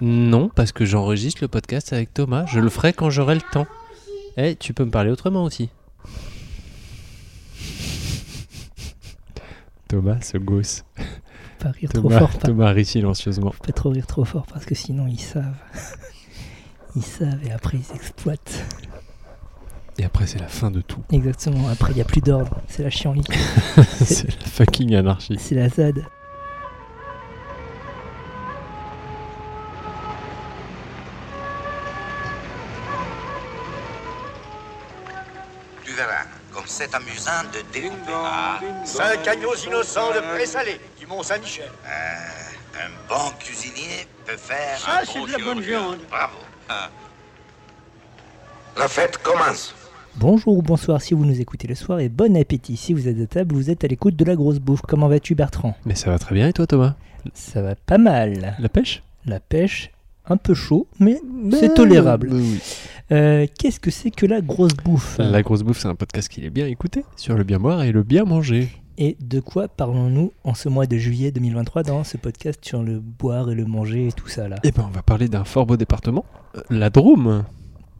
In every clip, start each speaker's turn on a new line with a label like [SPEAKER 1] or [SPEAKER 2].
[SPEAKER 1] Non, parce que j'enregistre le podcast avec Thomas. Je le ferai quand j'aurai le temps. Eh, tu peux me parler autrement aussi.
[SPEAKER 2] Thomas se gosse.
[SPEAKER 3] Faut pas rire
[SPEAKER 2] Thomas,
[SPEAKER 3] trop fort. Pas,
[SPEAKER 2] Thomas rit silencieusement.
[SPEAKER 3] faut pas trop rire trop fort parce que sinon ils savent. Ils savent et après ils exploitent.
[SPEAKER 2] Et après, c'est la fin de tout.
[SPEAKER 3] Exactement. Après il y a plus d'ordre. C'est la chienlit.
[SPEAKER 2] c'est la fucking anarchie.
[SPEAKER 3] C'est la ZAD.
[SPEAKER 4] Tu verras, comme c'est amusant de découper Ah,
[SPEAKER 5] Cinq agneaux innocents de présalé du Mont-Saint-Michel.
[SPEAKER 4] un bon cuisinier peut faire
[SPEAKER 5] Ah,
[SPEAKER 4] un
[SPEAKER 5] c'est
[SPEAKER 4] bon
[SPEAKER 5] de la bonne
[SPEAKER 4] chirurgien.
[SPEAKER 5] viande.
[SPEAKER 4] Bravo. Ah. La fête commence.
[SPEAKER 3] Bonjour ou bonsoir si vous nous écoutez le soir et bon appétit si vous êtes à table, vous êtes à l'écoute de la grosse bouffe. Comment vas-tu Bertrand
[SPEAKER 2] Mais ça va très bien et toi, Thomas
[SPEAKER 3] Ça va pas mal.
[SPEAKER 2] La pêche
[SPEAKER 3] La pêche, un peu chaud, mais c'est tolérable.
[SPEAKER 2] Bah oui.
[SPEAKER 3] Euh, Qu'est-ce que c'est que la grosse bouffe
[SPEAKER 2] La grosse bouffe, c'est un podcast qui est bien écouté sur le bien boire et le bien manger.
[SPEAKER 3] Et de quoi parlons-nous en ce mois de juillet 2023 dans ce podcast sur le boire et le manger et tout ça là
[SPEAKER 2] Eh ben, on va parler d'un fort beau département, euh, la Drôme,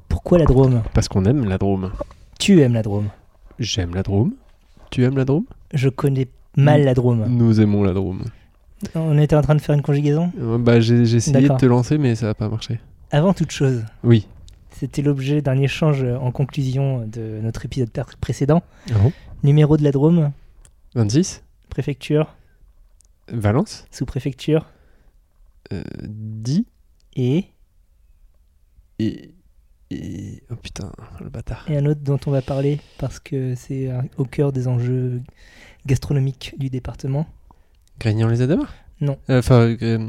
[SPEAKER 3] Pourquoi la Drôme
[SPEAKER 2] parce qu'on aime la Drôme.
[SPEAKER 3] Tu aimes la Drôme.
[SPEAKER 2] J'aime la Drôme. Tu aimes la Drôme
[SPEAKER 3] Je connais mal
[SPEAKER 2] Mm.
[SPEAKER 3] la Drôme.
[SPEAKER 2] Nous aimons la Drôme.
[SPEAKER 3] On était en train de faire une conjugaison
[SPEAKER 2] Euh, Bah, j'ai j'ai essayé de
[SPEAKER 3] D'accord.
[SPEAKER 2] te lancer, mais ça n'a pas marché.
[SPEAKER 3] Avant toute chose,
[SPEAKER 2] Oui.
[SPEAKER 3] c'était l'objet d'un échange en conclusion de notre épisode pr- précédent.
[SPEAKER 2] Ah bon
[SPEAKER 3] Numéro de la Drôme,
[SPEAKER 2] 26
[SPEAKER 3] préfecture,
[SPEAKER 2] Valence Euh,
[SPEAKER 3] sous-préfecture
[SPEAKER 2] 10
[SPEAKER 3] et,
[SPEAKER 2] et... et- Oh putain, le bâtard.
[SPEAKER 3] et un autre dont on va parler parce que c'est un- au cœur des enjeux gastronomiques du département.
[SPEAKER 2] Grignan les Adamars
[SPEAKER 3] Non.
[SPEAKER 2] Euh, Enfin, euh,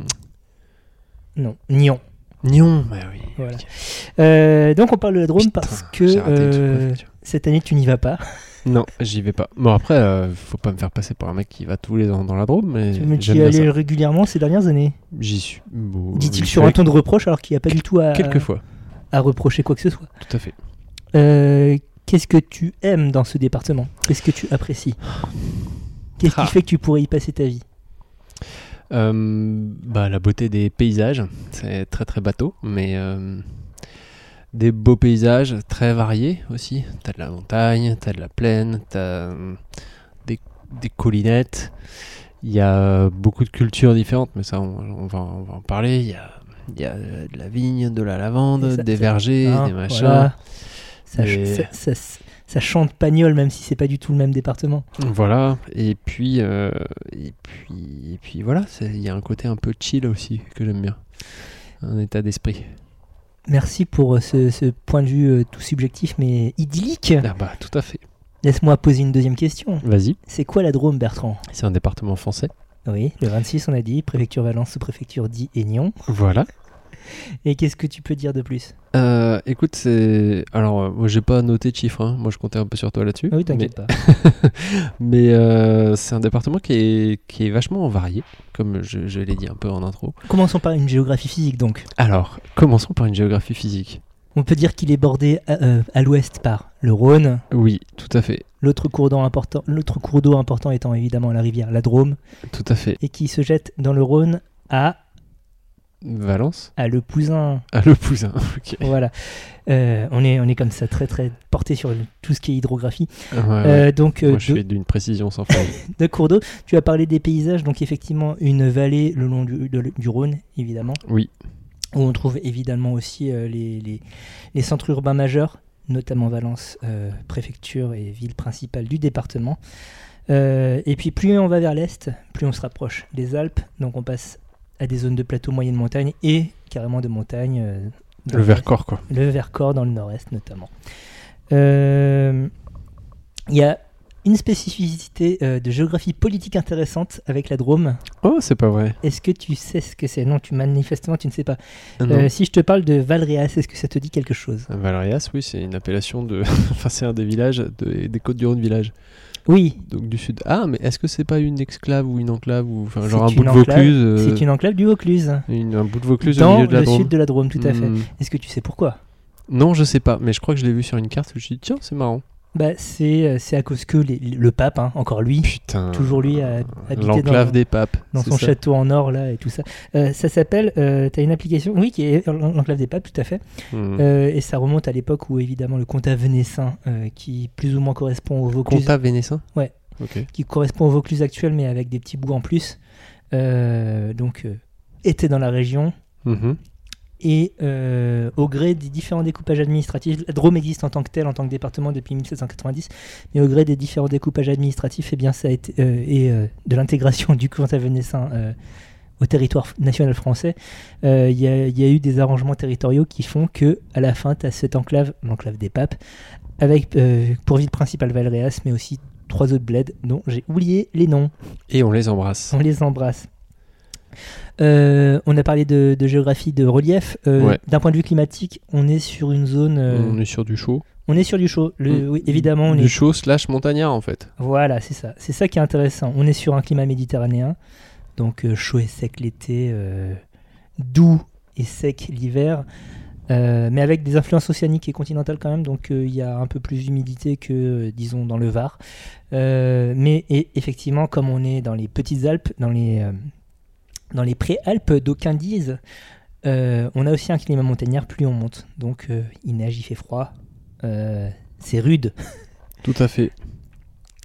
[SPEAKER 3] Non, Nyon.
[SPEAKER 2] Nyon, bah oui.
[SPEAKER 3] Voilà. Euh, donc on parle de la Drôme
[SPEAKER 2] Putain,
[SPEAKER 3] parce
[SPEAKER 2] j'ai
[SPEAKER 3] que
[SPEAKER 2] raté une
[SPEAKER 3] euh,
[SPEAKER 2] sous-préfecture.
[SPEAKER 3] cette année tu n'y vas pas.
[SPEAKER 2] Non, j'y vais pas. Bon, après, euh, faut pas me faire passer pour un mec qui va tous les ans dans la Drôme, mais
[SPEAKER 3] Mais tu
[SPEAKER 2] j'aime
[SPEAKER 3] y
[SPEAKER 2] bien
[SPEAKER 3] allais
[SPEAKER 2] ça.
[SPEAKER 3] régulièrement ces dernières années.
[SPEAKER 2] J'y suis. Bon,
[SPEAKER 3] Dit-il
[SPEAKER 2] oui,
[SPEAKER 3] sur un ton de reproche alors qu'il n'y a pas du tout à,
[SPEAKER 2] Quelquefois,
[SPEAKER 3] à reprocher quoi que ce soit.
[SPEAKER 2] tout à fait.
[SPEAKER 3] Euh, Qu'est-ce que tu aimes dans ce département Qu'est-ce que tu apprécies Qu'est-ce
[SPEAKER 2] Ah.
[SPEAKER 3] qui fait que tu pourrais y passer ta vie
[SPEAKER 2] Euh, bah, la beauté des paysages, c'est très très bateau, mais euh, des beaux paysages très variés aussi. T'as de la montagne, t'as de la plaine, t'as euh, des, des collinettes. Il y a beaucoup de cultures différentes, mais ça on, on va, on va en parler. Il y a, il y a euh, de la vigne, de la lavande,
[SPEAKER 3] Et ça,
[SPEAKER 2] des
[SPEAKER 3] ça-
[SPEAKER 2] vergers,
[SPEAKER 3] Hein,
[SPEAKER 2] des machins.
[SPEAKER 3] voilà. ça,
[SPEAKER 2] Mais-
[SPEAKER 3] ça- ça- ça- ça chante pagnol même si c'est pas du tout le même département.
[SPEAKER 2] Voilà, et puis, euh, et puis, et puis voilà, c'est- il y a un côté un peu chill aussi que j'aime bien. Un état d'esprit.
[SPEAKER 3] Merci pour euh, ce, ce point de vue euh, tout subjectif mais idyllique.
[SPEAKER 2] Ah bah, tout à fait.
[SPEAKER 3] Laisse-moi poser une deuxième question.
[SPEAKER 2] Vas-y.
[SPEAKER 3] C'est quoi la Drôme Bertrand
[SPEAKER 2] C'est un département français.
[SPEAKER 3] Oui, le 26 on a dit, préfecture Valence, sous-préfecture dit et Nyon.
[SPEAKER 2] Voilà.
[SPEAKER 3] Et qu'est-ce que tu peux dire de plus
[SPEAKER 2] Euh, écoute, c'est. Alors, euh, moi, j'ai pas noté de chiffres. hein. Moi, je comptais un peu sur toi là-dessus.
[SPEAKER 3] Ah Oui, t'inquiète pas.
[SPEAKER 2] Mais, mais, euh, c'est un département qui est, qui est vachement varié, comme je, je l'ai dit un peu en intro.
[SPEAKER 3] Commençons par une géographie physique donc.
[SPEAKER 2] Alors, commençons par une géographie physique.
[SPEAKER 3] On peut dire qu'il est bordé à, euh, à l'ouest par le Rhône,
[SPEAKER 2] Oui, tout à fait.
[SPEAKER 3] l'autre cours d'eau important, l'autre cours d'eau important étant évidemment la rivière la Drôme,
[SPEAKER 2] Tout à fait.
[SPEAKER 3] et qui se jette dans le Rhône à,
[SPEAKER 2] Valence
[SPEAKER 3] à Le Pouzin.
[SPEAKER 2] Ah, le Pouzin. ok.
[SPEAKER 3] Voilà. Euh, on, est, on est comme ça très très porté sur le- tout ce qui est hydrographie.
[SPEAKER 2] Ah, Ouais, ouais.
[SPEAKER 3] Euh, donc euh,
[SPEAKER 2] Moi, je
[SPEAKER 3] deux-
[SPEAKER 2] suis d'une précision sans faille.
[SPEAKER 3] deux cours d'eau. Tu as parlé des paysages, donc effectivement une vallée le long du, de- du Rhône, évidemment.
[SPEAKER 2] Oui.
[SPEAKER 3] Où on trouve évidemment aussi euh, les, les- les centres urbains majeurs, notamment Valence, euh, préfecture et ville principale du département. Euh, et puis plus on va vers l'est, plus on se rapproche des Alpes, donc on passe à des zones de plateau moyenne montagne et carrément de montagne. euh, dans
[SPEAKER 2] le
[SPEAKER 3] l'est
[SPEAKER 2] Vercors, quoi.
[SPEAKER 3] le Vercors dans le nord-est notamment. Euh, Il y a une spécificité euh, de géographie politique intéressante avec la Drôme.
[SPEAKER 2] Oh, c'est pas vrai.
[SPEAKER 3] Est-ce que tu sais ce que c'est Non, tu manifestement tu ne sais pas.
[SPEAKER 2] Ah, non.
[SPEAKER 3] Euh, si je te parle de Valréas, est-ce que ça te dit quelque chose
[SPEAKER 2] Valérias, oui, c'est une appellation de. enfin, c'est un des villages, de- des côtes du Rhône village.
[SPEAKER 3] Oui,
[SPEAKER 2] Donc du sud. Ah, mais est-ce que c'est pas une exclave ou une enclave ou enfin,
[SPEAKER 3] C'est
[SPEAKER 2] genre un
[SPEAKER 3] une
[SPEAKER 2] bout de
[SPEAKER 3] enclave,
[SPEAKER 2] Vaucluse euh,
[SPEAKER 3] c'est une enclave du Vaucluse,
[SPEAKER 2] une- un bout de Vaucluse au
[SPEAKER 3] dans
[SPEAKER 2] milieu de la
[SPEAKER 3] le
[SPEAKER 2] Drôme.
[SPEAKER 3] sud de la Drôme, tout à fait.
[SPEAKER 2] Hmm.
[SPEAKER 3] Est-ce que tu sais pourquoi
[SPEAKER 2] Non, je sais pas, mais je crois que je l'ai vu sur une carte où je me suis dit tiens, c'est marrant.
[SPEAKER 3] Bah, c'est euh, c'est à cause que les- le pape, hein, encore lui,
[SPEAKER 2] Putain.
[SPEAKER 3] toujours lui, a habité
[SPEAKER 2] L'enclave
[SPEAKER 3] dans-
[SPEAKER 2] des papes.
[SPEAKER 3] dans
[SPEAKER 2] c'est
[SPEAKER 3] son
[SPEAKER 2] ça.
[SPEAKER 3] château en or là et tout ça. Euh, ça s'appelle, euh, t'as une application, oui, qui est l'enclave des papes, tout à fait.
[SPEAKER 2] Hmm.
[SPEAKER 3] Euh, et ça remonte à l'époque où évidemment le comtat vénécin, euh, qui plus ou moins correspond au Vaucluse,
[SPEAKER 2] Comtat vénécin
[SPEAKER 3] Ouais.
[SPEAKER 2] Ok.
[SPEAKER 3] qui correspond au Vaucluse actuel, mais avec des petits bouts en plus, euh, donc euh, était dans la région.
[SPEAKER 2] Mhm.
[SPEAKER 3] Et euh, au gré des différents découpages administratifs, la Drôme existe en tant que telle, en tant que département depuis 1790, mais au gré des différents découpages administratifs, eh bien, ça a été, euh, et euh, de l'intégration du comtat vénécin euh, au territoire f- national français, euh, il y, a- il y a eu des arrangements territoriaux qui font que, à la fin, tu as cette enclave, l'enclave des papes, avec euh, pour ville principale Valréas, mais aussi trois autres bleds dont j'ai oublié les noms.
[SPEAKER 2] Et on les embrasse.
[SPEAKER 3] On les embrasse. Euh, on a parlé de, de géographie, de relief. Euh,
[SPEAKER 2] Ouais.
[SPEAKER 3] D'un point de vue climatique, on est sur une zone. euh,
[SPEAKER 2] On est sur du chaud.
[SPEAKER 3] on est sur du chaud. Le,
[SPEAKER 2] Mm.
[SPEAKER 3] oui, évidemment, on
[SPEAKER 2] du
[SPEAKER 3] est-
[SPEAKER 2] chaud slash montagnard en fait.
[SPEAKER 3] Voilà, c'est ça. C'est ça qui est intéressant. On est sur un climat méditerranéen, donc euh, chaud et sec l'été, euh, doux et sec l'hiver, euh, mais avec des influences océaniques et continentales quand même. Donc euh, il y a un peu plus d'humidité que, euh, disons, dans le Var. Euh, mais et- effectivement, comme on est dans les petites Alpes, dans les euh, dans les pré-Alpes, d'aucuns disent, euh, on a aussi un climat montagnard. Plus on monte, donc euh, il neige, il fait froid, euh, c'est rude
[SPEAKER 2] Tout à fait.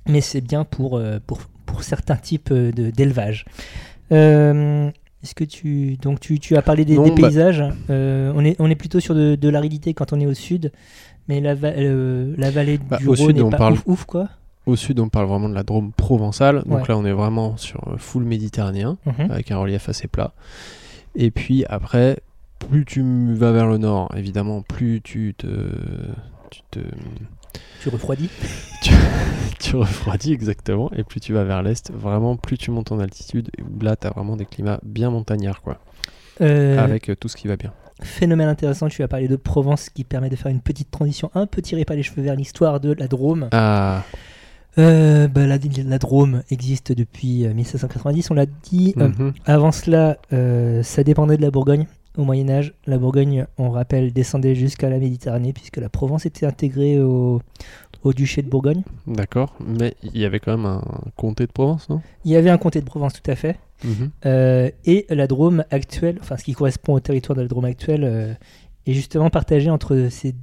[SPEAKER 3] mais c'est bien pour, euh, pour, pour certains types euh, de- d'élevage. Euh, Est-ce que tu, donc tu, tu as parlé des,
[SPEAKER 2] Non,
[SPEAKER 3] des
[SPEAKER 2] bah-
[SPEAKER 3] paysages Euh, on, est, on est plutôt sur de, de l'aridité quand on est au sud, mais la, va- euh, la vallée
[SPEAKER 2] Bah,
[SPEAKER 3] du
[SPEAKER 2] au
[SPEAKER 3] Rhône
[SPEAKER 2] sud,
[SPEAKER 3] n'est
[SPEAKER 2] on
[SPEAKER 3] pas
[SPEAKER 2] parle-
[SPEAKER 3] ouf, ouf, quoi.
[SPEAKER 2] Au sud, on parle vraiment de la Drôme provençale. Donc
[SPEAKER 3] Ouais.
[SPEAKER 2] là, on est vraiment sur euh, full méditerranéen,
[SPEAKER 3] Mhm.
[SPEAKER 2] avec un relief assez plat. Et puis après, plus tu m- vas vers le nord, évidemment, plus tu te, tu te,
[SPEAKER 3] Tu refroidis
[SPEAKER 2] tu refroidis exactement. Et plus tu vas vers l'est, vraiment, plus tu montes en altitude. Et où là, tu as vraiment des climats bien montagnards, quoi.
[SPEAKER 3] Euh,
[SPEAKER 2] Avec euh, tout ce qui va bien.
[SPEAKER 3] Phénomène intéressant, tu as parlé de Provence qui permet de faire une petite transition un peu tirée par les cheveux vers l'histoire de la Drôme.
[SPEAKER 2] Ah,
[SPEAKER 3] Euh, bah, la, la Drôme existe depuis euh, 1790, on l'a dit. Euh,
[SPEAKER 2] mhm.
[SPEAKER 3] Avant cela, euh, ça dépendait de la Bourgogne. Au Moyen Âge, la Bourgogne, on rappelle, descendait jusqu'à la Méditerranée puisque la Provence était intégrée au, au duché de Bourgogne.
[SPEAKER 2] d'accord. Mais il y avait quand même un comté de Provence, non
[SPEAKER 3] Il y avait un comté de Provence tout à fait.
[SPEAKER 2] Mhm.
[SPEAKER 3] Euh, et la Drôme actuelle, enfin ce qui correspond au territoire de la Drôme actuelle, euh, est justement partagé entre ces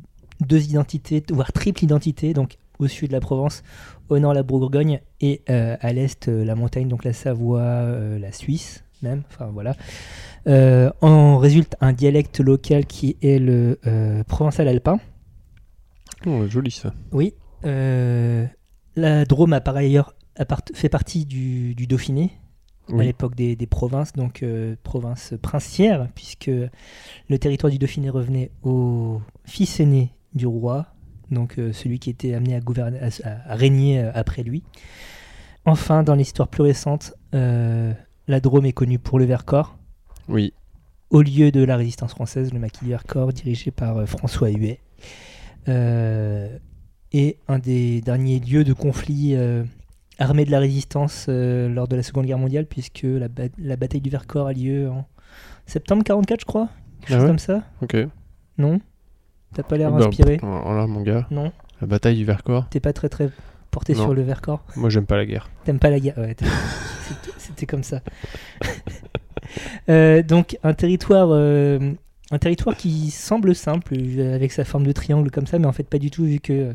[SPEAKER 3] deux identités, voire triple identité, donc au sud la Provence, au nord la Bourgogne et euh, à l'est euh, la montagne, donc la Savoie, euh, la Suisse même, enfin voilà. Euh, en résulte un dialecte local qui est le euh, provençal alpin.
[SPEAKER 2] Oh, joli ça.
[SPEAKER 3] Oui. euh, la Drôme a par ailleurs appart- fait partie du, du Dauphiné, à
[SPEAKER 2] Oui.
[SPEAKER 3] l'époque des, des provinces, donc euh, provinces princières, puisque le territoire du Dauphiné revenait au fils aîné du roi, donc euh, celui qui était amené à, gouverner, à, à régner euh, après lui. Enfin, dans l'histoire plus récente, euh, la Drôme est connue pour le Vercors,
[SPEAKER 2] Oui.
[SPEAKER 3] au lieu de la résistance française, le maquis du Vercors, dirigé par euh, François Huet. Euh, et un des derniers lieux de conflit euh, armé de la résistance euh, lors de la Seconde Guerre mondiale, puisque la, ba- la bataille du Vercors a lieu en septembre 44, je crois,
[SPEAKER 2] Ah
[SPEAKER 3] quelque chose
[SPEAKER 2] ouais
[SPEAKER 3] comme ça.
[SPEAKER 2] Ok.
[SPEAKER 3] Non T'as pas l'air
[SPEAKER 2] Bah,
[SPEAKER 3] inspiré
[SPEAKER 2] pff, alors là, mon gars,
[SPEAKER 3] Non
[SPEAKER 2] la bataille du Vercors,
[SPEAKER 3] T'es pas très très porté
[SPEAKER 2] Non.
[SPEAKER 3] sur le Vercors
[SPEAKER 2] moi j'aime pas la guerre.
[SPEAKER 3] T'aimes pas la guerre Ouais, t'es- c'était- c'était comme ça. Euh, donc, un territoire, euh, un territoire qui semble simple, euh, avec sa forme de triangle comme ça, mais en fait pas du tout, vu que, euh,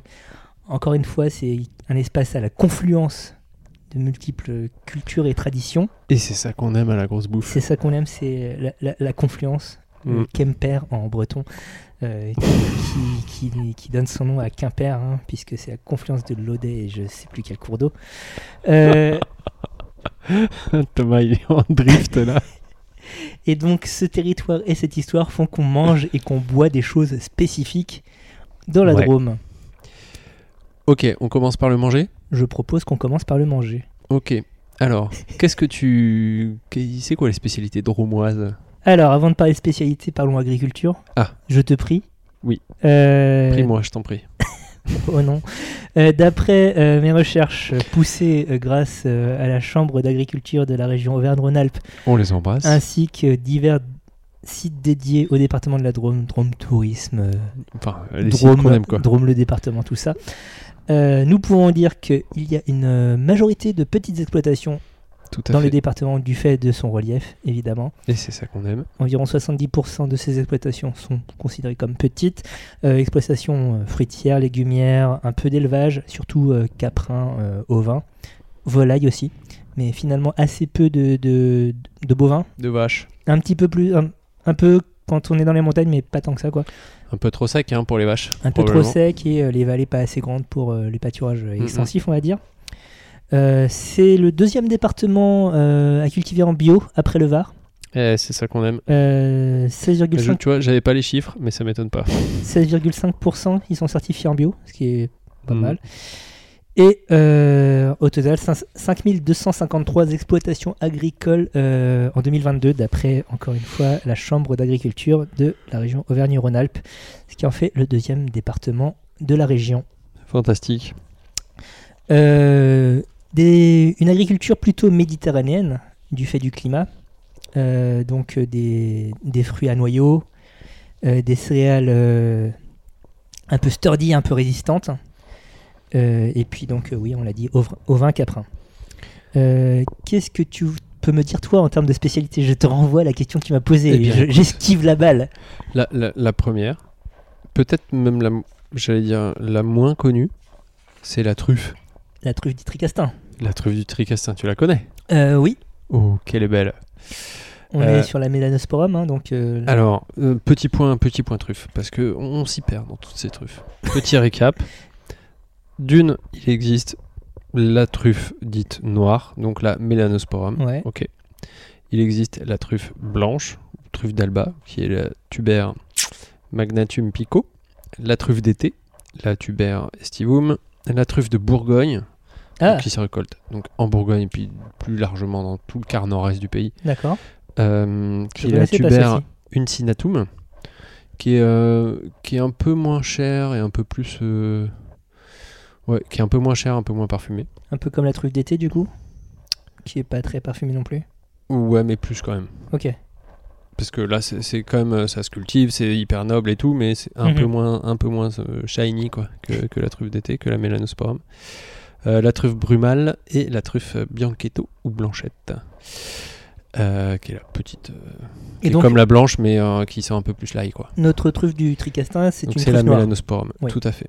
[SPEAKER 3] encore une fois, c'est un espace à la confluence de multiples cultures et traditions.
[SPEAKER 2] Et c'est ça qu'on aime à la grosse bouffe.
[SPEAKER 3] C'est ça qu'on aime, c'est la, la- la confluence.
[SPEAKER 2] Mm.
[SPEAKER 3] Le Kemper en breton, euh, qui, qui- qui donne son nom à Quimper, hein, puisque c'est la confluence de l'Audet et je sais plus quel cours d'eau. Euh,
[SPEAKER 2] Thomas, il est en drift là.
[SPEAKER 3] Et donc ce territoire et cette histoire font qu'on mange et qu'on boit des choses spécifiques dans la
[SPEAKER 2] Ouais.
[SPEAKER 3] Drôme.
[SPEAKER 2] ok, on commence par le manger.
[SPEAKER 3] Je propose qu'on commence par le manger.
[SPEAKER 2] Ok. Alors, qu'est-ce que tu. qu'est- C'est quoi les spécialités dromoises
[SPEAKER 3] Alors, avant de parler spécialité, parlons agriculture.
[SPEAKER 2] Ah.
[SPEAKER 3] Je te prie.
[SPEAKER 2] Oui.
[SPEAKER 3] Euh,
[SPEAKER 2] Prie-moi, je t'en prie.
[SPEAKER 3] oh non. Euh, D'après euh, mes recherches euh, poussées euh, grâce euh, à la Chambre d'agriculture de la région Auvergne-Rhône-Alpes,
[SPEAKER 2] On les embrasse.
[SPEAKER 3] ainsi que divers sites dédiés au département de la Drôme, Drôme Tourisme, euh,
[SPEAKER 2] Enfin, les sites
[SPEAKER 3] Drôme,
[SPEAKER 2] qu'on aime quoi.
[SPEAKER 3] Drôme le département, tout ça. Euh, nous pouvons dire qu'il y a une euh, majorité de petites exploitations
[SPEAKER 2] Tout à
[SPEAKER 3] dans le
[SPEAKER 2] fait.
[SPEAKER 3] département du fait de son relief, évidemment.
[SPEAKER 2] Et c'est ça qu'on aime.
[SPEAKER 3] Environ 70% de ces exploitations sont considérées comme petites. Euh, exploitations euh, fruitières, légumières, un peu d'élevage, surtout euh, caprins, euh, ovins, volailles aussi, mais finalement assez peu de, de, de bovins.
[SPEAKER 2] De vaches.
[SPEAKER 3] Un petit peu plus, un, un peu quand on est dans les montagnes, mais pas tant que ça quoi.
[SPEAKER 2] Un peu trop sec hein, pour les vaches.
[SPEAKER 3] Un peu trop
[SPEAKER 2] probablement.
[SPEAKER 3] sec et euh, les vallées pas assez grandes pour euh, les pâturages extensifs, on va dire. Euh, c'est le deuxième département euh, à cultiver en bio après le Var.
[SPEAKER 2] Eh, c'est ça qu'on aime.
[SPEAKER 3] Euh,
[SPEAKER 2] Je-
[SPEAKER 3] 16,5
[SPEAKER 2] tu vois, j'avais pas les chiffres, mais ça m'étonne pas.
[SPEAKER 3] 16,5% ils sont certifiés en bio, ce qui est pas
[SPEAKER 2] Mm.
[SPEAKER 3] mal. Et euh, au total, 5- 5253 exploitations agricoles euh, en 2022, d'après, encore une fois, la Chambre d'agriculture de la région Auvergne-Rhône-Alpes, ce qui en fait le deuxième département de la région.
[SPEAKER 2] Fantastique.
[SPEAKER 3] Euh, des- une agriculture plutôt méditerranéenne du fait du climat. Euh, donc euh, des, des fruits à noyaux, euh, des céréales euh, un peu sturdy, un peu résistantes. Euh, et puis donc euh, oui, on l'a dit, au, vin caprin. Euh, Qu'est-ce que tu peux me dire toi en termes de spécialité Je te renvoie à la question que tu m'as
[SPEAKER 2] Eh
[SPEAKER 3] posée.
[SPEAKER 2] bien,
[SPEAKER 3] Je-
[SPEAKER 2] écoute.
[SPEAKER 3] J'esquive la balle.
[SPEAKER 2] La, la- la première, peut-être même la, m- j'allais dire la moins connue, c'est la truffe.
[SPEAKER 3] La truffe d'Itricastin.
[SPEAKER 2] La truffe du Tricastin, tu la connais
[SPEAKER 3] Euh, oui,
[SPEAKER 2] Oh, qu'elle est belle.
[SPEAKER 3] on
[SPEAKER 2] Euh,
[SPEAKER 3] est sur la mélanosporum, hein, donc euh,
[SPEAKER 2] Alors, euh, petit point, petit point truffe, parce que on, on s'y perd dans toutes ces truffes. Petit récap. D'une, il existe la truffe dite noire, donc la Melanosporum.
[SPEAKER 3] ouais,
[SPEAKER 2] Ok. Il existe la truffe blanche, truffe d'Alba, qui est la tuber Magnatum pico, la truffe d'été, la tuber estivum, la truffe de Bourgogne,
[SPEAKER 3] Ah.
[SPEAKER 2] donc, qui se récolte donc en Bourgogne et puis plus largement dans tout le quart nord-est du pays,
[SPEAKER 3] d'accord.
[SPEAKER 2] euh,
[SPEAKER 3] Je
[SPEAKER 2] qui est la
[SPEAKER 3] connaissais pas
[SPEAKER 2] tuber
[SPEAKER 3] celle-ci.
[SPEAKER 2] uncinatum, qui est, euh, qui est un peu moins cher et un peu plus... euh, ouais, qui est un peu moins cher, un peu moins parfumé.
[SPEAKER 3] Un peu comme la truffe d'été du coup, qui est pas très parfumée non plus.
[SPEAKER 2] Ouais, mais plus quand même.
[SPEAKER 3] Ok.
[SPEAKER 2] parce que là c'est c'est quand même euh, ça se cultive c'est hyper noble et tout mais c'est un
[SPEAKER 3] Mhm.
[SPEAKER 2] peu moins un peu moins euh, shiny quoi que, que la truffe d'été que la mélanosporum Euh, la truffe brumale et la truffe euh, bianchetto ou blanchette Euh, qui est la petite euh, qui est
[SPEAKER 3] Et donc
[SPEAKER 2] comme la blanche mais euh, qui sent un peu plus l'ail quoi
[SPEAKER 3] notre truffe du tricastin, c'est une
[SPEAKER 2] donc c'est
[SPEAKER 3] truffe
[SPEAKER 2] la
[SPEAKER 3] noire.
[SPEAKER 2] mélanosporum
[SPEAKER 3] Oui.
[SPEAKER 2] tout à fait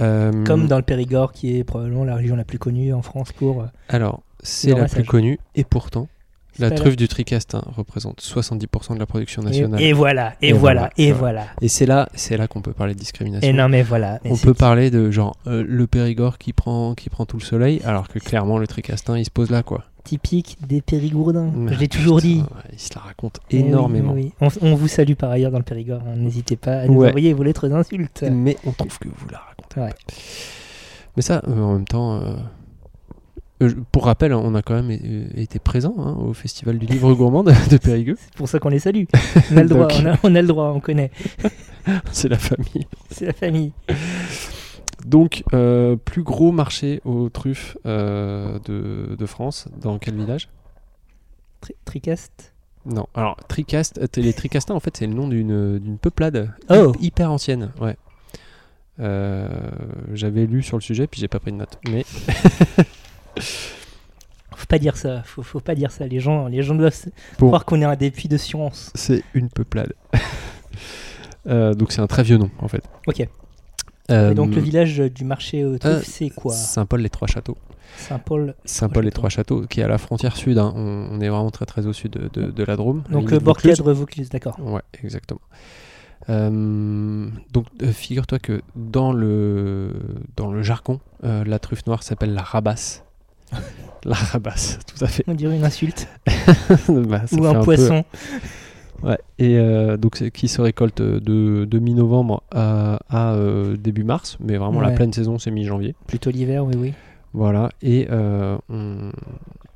[SPEAKER 2] Euh,
[SPEAKER 3] Comme dans le Périgord, qui est probablement la région la plus connue en France pour. euh,
[SPEAKER 2] alors c'est
[SPEAKER 3] Dans
[SPEAKER 2] la
[SPEAKER 3] la
[SPEAKER 2] plus
[SPEAKER 3] sage.
[SPEAKER 2] connue et pourtant
[SPEAKER 3] c'est
[SPEAKER 2] la
[SPEAKER 3] pas
[SPEAKER 2] truffe du tricastin représente 70% de la production
[SPEAKER 3] Et,
[SPEAKER 2] nationale.
[SPEAKER 3] et voilà, et,
[SPEAKER 2] Et
[SPEAKER 3] voilà,
[SPEAKER 2] voilà,
[SPEAKER 3] et
[SPEAKER 2] tu vois.
[SPEAKER 3] voilà.
[SPEAKER 2] Et c'est là, c'est là qu'on peut parler de discrimination.
[SPEAKER 3] Et non mais voilà. mais
[SPEAKER 2] On
[SPEAKER 3] c'est-
[SPEAKER 2] peut parler de genre euh, le Périgord qui prend qui prend tout le soleil alors que clairement le tricastin il se pose là quoi.
[SPEAKER 3] typique des Périgourdins.
[SPEAKER 2] Ah,
[SPEAKER 3] Je l'ai toujours dit.
[SPEAKER 2] putain, ouais, il se la raconte
[SPEAKER 3] Eh oui,
[SPEAKER 2] énormément.
[SPEAKER 3] oui, oui. On, on vous salue par ailleurs dans le Périgord. hein. N'hésitez pas à nous
[SPEAKER 2] Ouais. Mm.
[SPEAKER 3] envoyer vos lettres d'insultes.
[SPEAKER 2] Mais on trouve que vous la racontez.
[SPEAKER 3] Ouais.
[SPEAKER 2] pas. Mais ça euh, en même temps euh, euh, je- pour rappel on a quand même euh, été présent au festival du livre gourmand de, de Périgueux.
[SPEAKER 3] C'est pour ça qu'on les salue. On a le droit,
[SPEAKER 2] Donc.
[SPEAKER 3] on, a, on a le droit, on connaît.
[SPEAKER 2] C'est la famille.
[SPEAKER 3] C'est la famille.
[SPEAKER 2] Donc euh, plus gros marché aux truffes euh, de, de France dans quel village
[SPEAKER 3] Tri- Tricaste.
[SPEAKER 2] Non, alors Tricast, euh, t- les Tricastins en fait c'est le nom d'une d'une peuplade
[SPEAKER 3] Oh.
[SPEAKER 2] hy- hyper ancienne, ouais. Euh, J'avais lu sur le sujet puis j'ai pas pris de notes. Mais
[SPEAKER 3] Faut pas dire ça. Faut, faut pas dire ça. Les gens, les gens doivent se-
[SPEAKER 2] Bon.
[SPEAKER 3] croire qu'on est un dépit de science.
[SPEAKER 2] c'est une peuplade. Euh, donc c'est un très vieux nom en fait.
[SPEAKER 3] Ok.
[SPEAKER 2] Euh,
[SPEAKER 3] Et donc le village du marché aux truffes,
[SPEAKER 2] euh,
[SPEAKER 3] c'est quoi
[SPEAKER 2] Saint-Paul les Trois Châteaux.
[SPEAKER 3] Saint-Paul.
[SPEAKER 2] Saint-Paul les Trois Châteaux qui est à la frontière sud. hein. On, on est vraiment très très au sud de, de- de la Drôme. à la
[SPEAKER 3] Donc euh,
[SPEAKER 2] limite Vaucluse.
[SPEAKER 3] Borcadre, Vaucluse, d'accord.
[SPEAKER 2] Ouais, exactement. Euh, donc, euh, figure-toi que dans le, dans le jargon, euh, la truffe noire s'appelle la rabasse. la rabasse, tout à fait.
[SPEAKER 3] On dirait une insulte.
[SPEAKER 2] Bah, ça
[SPEAKER 3] Ou
[SPEAKER 2] fait
[SPEAKER 3] un
[SPEAKER 2] peu-
[SPEAKER 3] poisson.
[SPEAKER 2] Ouais. Et euh, donc, c'est- qui se récolte de, de mi-novembre à, à, euh, début mars, mais vraiment la
[SPEAKER 3] Ouais.
[SPEAKER 2] pleine saison, c'est mi-janvier.
[SPEAKER 3] Plutôt l'hiver, oui, oui.
[SPEAKER 2] Voilà. Et euh, on,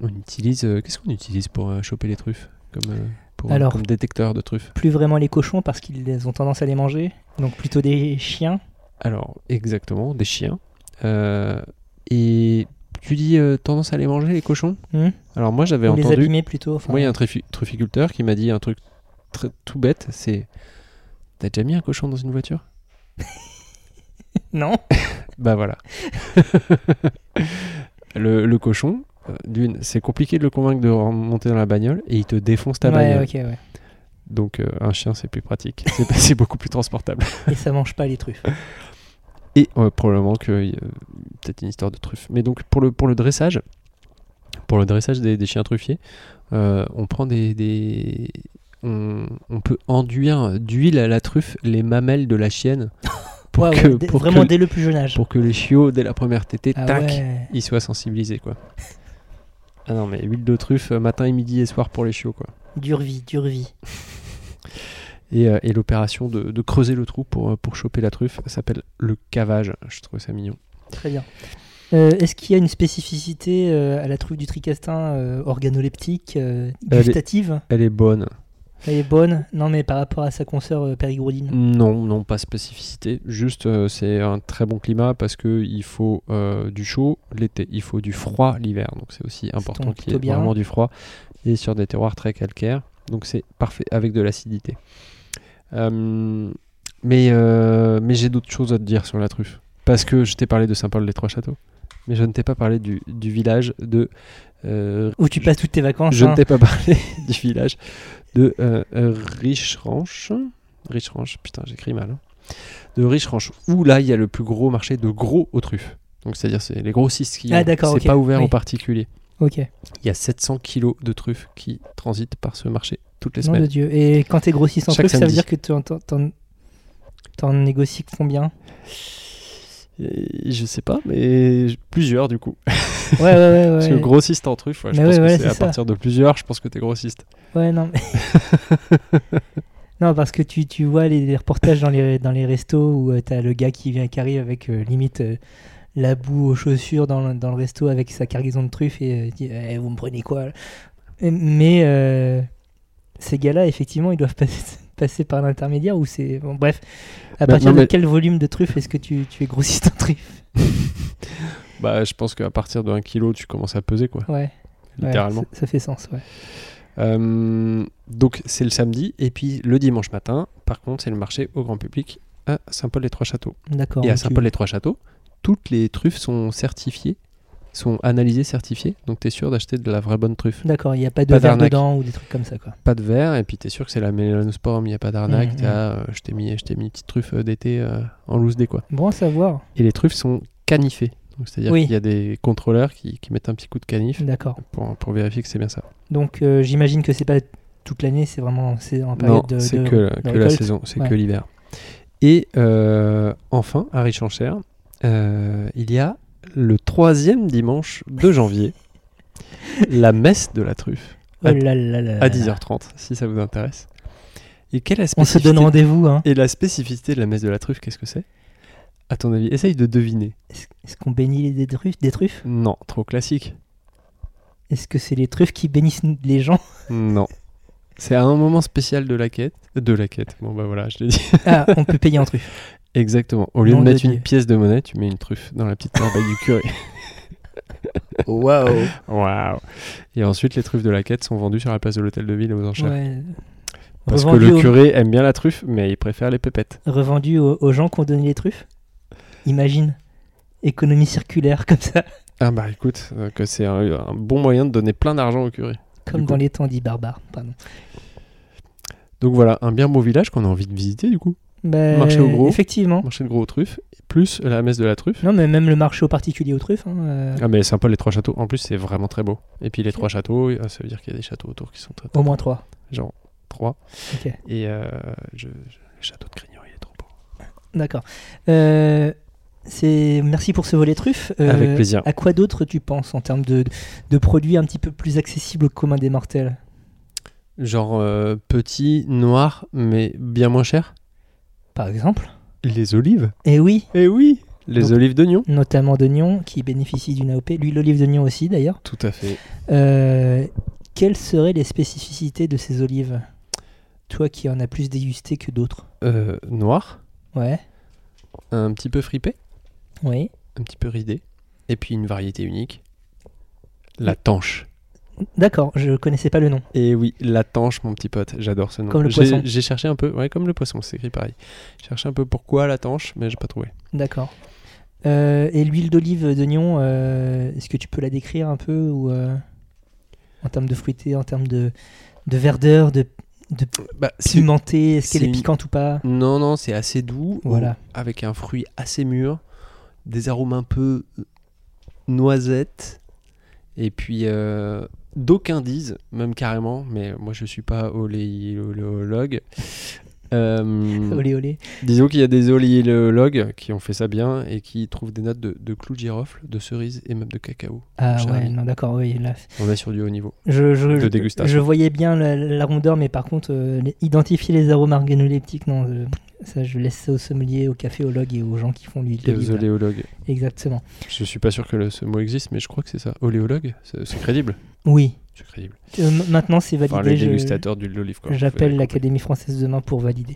[SPEAKER 2] on utilise. euh, Qu'est-ce qu'on utilise pour euh, choper les truffes comme, euh, pour,
[SPEAKER 3] Alors-
[SPEAKER 2] comme détecteur de truffes
[SPEAKER 3] Plus vraiment les cochons parce qu'ils ont tendance à les manger. Donc plutôt des chiens.
[SPEAKER 2] Alors, exactement, des chiens. Euh, et tu dis euh, tendance à les manger, les cochons
[SPEAKER 3] Hmm.
[SPEAKER 2] Alors, moi, j'avais
[SPEAKER 3] Ou les
[SPEAKER 2] entendu.
[SPEAKER 3] abîmer plutôt. Enfin,
[SPEAKER 2] Moi, il y a un truffi- trufficulteur qui m'a dit un truc tr- tout bête c'est. T'as déjà mis un cochon dans une voiture
[SPEAKER 3] Non
[SPEAKER 2] Bah voilà. le, le cochon, euh, d'une, c'est compliqué de le convaincre de remonter dans la bagnole et il te défonce ta
[SPEAKER 3] Ouais,
[SPEAKER 2] bagnole.
[SPEAKER 3] ok, ouais.
[SPEAKER 2] Donc euh, un chien, c'est plus pratique. C'est pas- c'est beaucoup plus transportable.
[SPEAKER 3] Et ça mange pas les truffes.
[SPEAKER 2] Et euh, probablement que euh, peut-être une histoire de truffe. Mais donc pour le, pour le dressage, pour le dressage des, des chiens truffiers, euh, on prend des, des- on, on peut enduire d'huile à la truffe les mamelles de la chienne pour
[SPEAKER 3] Ouais,
[SPEAKER 2] que
[SPEAKER 3] ouais, dès-
[SPEAKER 2] pour
[SPEAKER 3] vraiment
[SPEAKER 2] que-
[SPEAKER 3] dès le plus jeune âge.
[SPEAKER 2] pour que les chiots dès la première tétée,
[SPEAKER 3] Ah
[SPEAKER 2] tac,
[SPEAKER 3] ouais.
[SPEAKER 2] ils soient sensibilisés quoi. Ah non mais huile de truffe euh, matin et midi et soir pour les chiots quoi.
[SPEAKER 3] Dure vie, dure vie.
[SPEAKER 2] Et, euh, et l'opération de, de creuser le trou pour, euh, pour choper la truffe s'appelle le cavage. Je trouve ça mignon.
[SPEAKER 3] Très bien. Euh, Est-ce qu'il y a une spécificité euh, à la truffe du tricastin euh, organoleptique, euh,
[SPEAKER 2] Elle est-
[SPEAKER 3] gustative
[SPEAKER 2] Elle est bonne.
[SPEAKER 3] Elle est bonne Non, mais par rapport à sa consoeur euh, périgourdine.
[SPEAKER 2] Non, non, pas spécificité. Juste, euh, c'est un très bon climat parce que il faut euh, du chaud l'été, il faut du froid l'hiver. Donc c'est aussi important
[SPEAKER 3] tombe
[SPEAKER 2] qu'il y
[SPEAKER 3] plutôt
[SPEAKER 2] ait
[SPEAKER 3] bien.
[SPEAKER 2] vraiment du froid et sur des terroirs très calcaires. Donc c'est parfait avec de l'acidité. Euh, mais euh, mais j'ai d'autres choses à te dire sur la truffe parce que je t'ai parlé de Saint-Paul-les-Trois-Châteaux, mais je ne t'ai pas parlé du, du village de euh,
[SPEAKER 3] Où tu passes toutes tes vacances.
[SPEAKER 2] je
[SPEAKER 3] hein.
[SPEAKER 2] ne t'ai pas parlé du village de euh, euh, Richeranche. Richeranche, putain, j'écris mal. hein. De Richeranche, où là, il y a le plus gros marché de gros aux truffes. Donc, c'est-à-dire, c'est les grossistes qui
[SPEAKER 3] Ah,
[SPEAKER 2] ont-
[SPEAKER 3] d'accord,
[SPEAKER 2] C'est
[SPEAKER 3] ok,
[SPEAKER 2] pas ouvert
[SPEAKER 3] oui.
[SPEAKER 2] aux particuliers.
[SPEAKER 3] Ok.
[SPEAKER 2] Il y a 700 kilos de truffes qui transitent par ce marché toutes les
[SPEAKER 3] Nom de
[SPEAKER 2] semaines.
[SPEAKER 3] Dieu. Et quand t'es grossiste en
[SPEAKER 2] Chaque
[SPEAKER 3] truc, ça veut
[SPEAKER 2] samedi.
[SPEAKER 3] dire que t'en- t'en- t'en t'en négocies combien
[SPEAKER 2] Et je sais pas, mais plusieurs du coup.
[SPEAKER 3] Ouais, ouais, ouais. ouais.
[SPEAKER 2] Parce que grossiste en truffes, ouais, je
[SPEAKER 3] Mais
[SPEAKER 2] pense
[SPEAKER 3] ouais,
[SPEAKER 2] que
[SPEAKER 3] voilà,
[SPEAKER 2] c'est
[SPEAKER 3] c'est
[SPEAKER 2] à
[SPEAKER 3] ça.
[SPEAKER 2] partir de plusieurs, je pense que t'es grossiste.
[SPEAKER 3] Ouais, non. mais- non, parce que tu, tu vois les, les reportages dans les, dans les restos où euh, t'as le gars qui vient, qui arrive avec euh, limite euh, la boue aux chaussures dans, le- dans le resto avec sa cargaison de truffes et euh, dit Eh, Vous me prenez quoi là Et- Mais euh, ces gars-là, effectivement, ils doivent passer, passer par l'intermédiaire ou c'est. Bon, bref. À
[SPEAKER 2] Bah,
[SPEAKER 3] partir
[SPEAKER 2] non,
[SPEAKER 3] de
[SPEAKER 2] mais-
[SPEAKER 3] quel volume de truffes est-ce que tu, tu es grossiste en truffes
[SPEAKER 2] Bah, je pense qu'à partir de 1 kilo, tu commences à peser, quoi,
[SPEAKER 3] Ouais. Ouais,
[SPEAKER 2] littéralement.
[SPEAKER 3] ça, ça fait sens, ouais.
[SPEAKER 2] Euh, donc c'est le samedi et puis le dimanche matin, par contre, c'est le marché au grand public à Saint-Paul-les-Trois-Châteaux.
[SPEAKER 3] D'accord.
[SPEAKER 2] Et à
[SPEAKER 3] donc tu-
[SPEAKER 2] Saint-Paul-les-Trois-Châteaux, toutes les truffes sont certifiées, sont analysées, certifiées, donc tu es sûr d'acheter de la vraie bonne truffe.
[SPEAKER 3] D'accord, il n'y a pas de
[SPEAKER 2] Pas
[SPEAKER 3] verre
[SPEAKER 2] d'arnaque.
[SPEAKER 3] dedans ou des trucs comme ça, quoi.
[SPEAKER 2] Pas de verre et puis tu es sûr que c'est la mélanosporum, il n'y a pas d'arnaque,
[SPEAKER 3] Mhm,
[SPEAKER 2] t'as, euh, je t'ai mis, je t'ai mis une petite truffe euh, d'été euh, en loose des quoi.
[SPEAKER 3] Bon à savoir.
[SPEAKER 2] Et les truffes sont canifées, donc c'est-à-dire
[SPEAKER 3] Oui. Mmh.
[SPEAKER 2] qu'il y a des contrôleurs qui, qui mettent un petit coup de canif
[SPEAKER 3] D'accord.
[SPEAKER 2] pour, pour vérifier que c'est bien ça.
[SPEAKER 3] Donc euh, j'imagine que c'est pas toute l'année, c'est vraiment c'est en période
[SPEAKER 2] non,
[SPEAKER 3] de,
[SPEAKER 2] c'est
[SPEAKER 3] de-
[SPEAKER 2] que, que la
[SPEAKER 3] récolte.
[SPEAKER 2] saison, c'est
[SPEAKER 3] Ouais.
[SPEAKER 2] que l'hiver. Et euh, enfin, à Richenchère, euh, il y a le troisième dimanche de janvier, la messe de la truffe,
[SPEAKER 3] Oh là là là là.
[SPEAKER 2] à 10h30, si ça vous intéresse. Et quelle est la
[SPEAKER 3] On se
[SPEAKER 2] spécificité,
[SPEAKER 3] donne rendez-vous. Hein.
[SPEAKER 2] Et la spécificité de la messe de la truffe, qu'est-ce que c'est À ton avis, essaye de deviner.
[SPEAKER 3] Est-ce est-ce qu'on bénit les des truffes, des truffes
[SPEAKER 2] Non, trop classique.
[SPEAKER 3] Est-ce que c'est les truffes qui bénissent les gens
[SPEAKER 2] Non. C'est à un moment spécial de la quête. De la quête, bon bah voilà, je l'ai dit.
[SPEAKER 3] Ah, on peut payer en truffes.
[SPEAKER 2] Exactement. Au lieu
[SPEAKER 3] Nom
[SPEAKER 2] de
[SPEAKER 3] de
[SPEAKER 2] mettre
[SPEAKER 3] Dieu.
[SPEAKER 2] une pièce de monnaie, tu mets une truffe dans la petite corbeille du curé.
[SPEAKER 3] Waouh.
[SPEAKER 2] Waouh. Et ensuite, les truffes de la quête sont vendues sur la place de l'hôtel de ville aux enchères.
[SPEAKER 3] Ouais.
[SPEAKER 2] Parce que
[SPEAKER 3] Revendu,
[SPEAKER 2] le
[SPEAKER 3] au-
[SPEAKER 2] curé aime bien la truffe, mais il préfère les pépettes.
[SPEAKER 3] revendu au- aux gens qui ont donné les truffes Imagine. Économie circulaire comme ça,
[SPEAKER 2] Ah bah écoute, euh, que c'est un, un bon moyen de donner plein d'argent au curé.
[SPEAKER 3] comme
[SPEAKER 2] coup.
[SPEAKER 3] dans les temps dits barbares. Pardon.
[SPEAKER 2] Donc voilà, un bien beau village qu'on a envie de visiter du coup.
[SPEAKER 3] Bah,
[SPEAKER 2] Marché au gros.
[SPEAKER 3] Effectivement.
[SPEAKER 2] Marché de gros truffes, plus la messe de la truffe.
[SPEAKER 3] Non, mais même le marché au particulier aux truffes. hein, euh,
[SPEAKER 2] Ah mais Saint-Paul, les trois châteaux, en plus c'est vraiment très beau. Et puis les trois châteaux, euh, ça veut dire qu'il y a des châteaux autour qui sont très...
[SPEAKER 3] Au moins trois.
[SPEAKER 2] Genre trois.
[SPEAKER 3] Ok.
[SPEAKER 2] Et euh, je- je- le château de Grignan, il est trop beau.
[SPEAKER 3] D'accord. Euh, c'est merci pour ce volet truffe. Euh,
[SPEAKER 2] Avec plaisir.
[SPEAKER 3] À quoi d'autre tu penses en termes de, de produits un petit peu plus accessibles au commun des mortels
[SPEAKER 2] Genre euh, petit, noir, mais bien moins cher.
[SPEAKER 3] Par exemple
[SPEAKER 2] Les olives
[SPEAKER 3] Eh oui,
[SPEAKER 2] Eh oui Les
[SPEAKER 3] Donc-
[SPEAKER 2] olives d'oignon
[SPEAKER 3] notamment d'oignon qui bénéficie d'une AOP, l'huile d'olive d'oignon aussi d'ailleurs.
[SPEAKER 2] Tout à fait.
[SPEAKER 3] Euh, quelles seraient les spécificités de ces olives Toi qui en as plus dégusté que d'autres.
[SPEAKER 2] Euh, noir,
[SPEAKER 3] Ouais,
[SPEAKER 2] un petit peu fripé,
[SPEAKER 3] oui.
[SPEAKER 2] un petit peu ridé, et puis une variété unique. La tanche.
[SPEAKER 3] D'accord, je connaissais pas le nom.
[SPEAKER 2] Et oui, la tanche, mon petit pote, j'adore ce nom.
[SPEAKER 3] Comme le
[SPEAKER 2] J'ai-
[SPEAKER 3] poisson.
[SPEAKER 2] J'ai cherché un peu, ouais, comme le poisson, c'est écrit pareil. J'ai cherché un peu pourquoi la tanche, mais j'ai pas trouvé.
[SPEAKER 3] D'accord. Euh, et l'huile d'olive d'oignon, euh, est-ce que tu peux la décrire un peu ou euh, en termes de fruité, en termes de, de verdeur, de
[SPEAKER 2] Bah, c'est-
[SPEAKER 3] pimenté, est-ce qu'elle
[SPEAKER 2] c'est
[SPEAKER 3] est
[SPEAKER 2] une-
[SPEAKER 3] piquante ou pas
[SPEAKER 2] Non, non, c'est assez doux,
[SPEAKER 3] Voilà.
[SPEAKER 2] au- avec un fruit assez mûr, des arômes un peu noisettes, et puis euh, d'aucuns disent, même carrément, mais moi je suis pas oléologue. Euh,
[SPEAKER 3] Olé olé.
[SPEAKER 2] Disons qu'il y a des oléologues qui ont fait ça bien et qui trouvent des notes de, de clous de girofle, de cerise et même de cacao.
[SPEAKER 3] Ah
[SPEAKER 2] Charlie.
[SPEAKER 3] ouais, non d'accord, oui. là,
[SPEAKER 2] On est sur du haut niveau.
[SPEAKER 3] je, je,
[SPEAKER 2] De
[SPEAKER 3] je-
[SPEAKER 2] dégustation.
[SPEAKER 3] je voyais bien la, la rondeur, mais par contre, euh, les- identifier les arômes organoleptiques, non, euh, ça je laisse ça aux sommeliers, aux caféologues et aux gens qui font l'huile
[SPEAKER 2] Et aux
[SPEAKER 3] d'olive. là.
[SPEAKER 2] oléologues.
[SPEAKER 3] Exactement.
[SPEAKER 2] Je suis pas sûr que le- ce mot existe, mais je crois que c'est ça. Oléologue, c'est c'est crédible.
[SPEAKER 3] Oui.
[SPEAKER 2] C'est crédible.
[SPEAKER 3] Euh, m- maintenant, c'est validé.
[SPEAKER 2] Enfin, les
[SPEAKER 3] je-
[SPEAKER 2] dégustateurs d'huile d'olive. quoi. Vous
[SPEAKER 3] J'appelle
[SPEAKER 2] avez compris.
[SPEAKER 3] l'Académie française demain pour valider.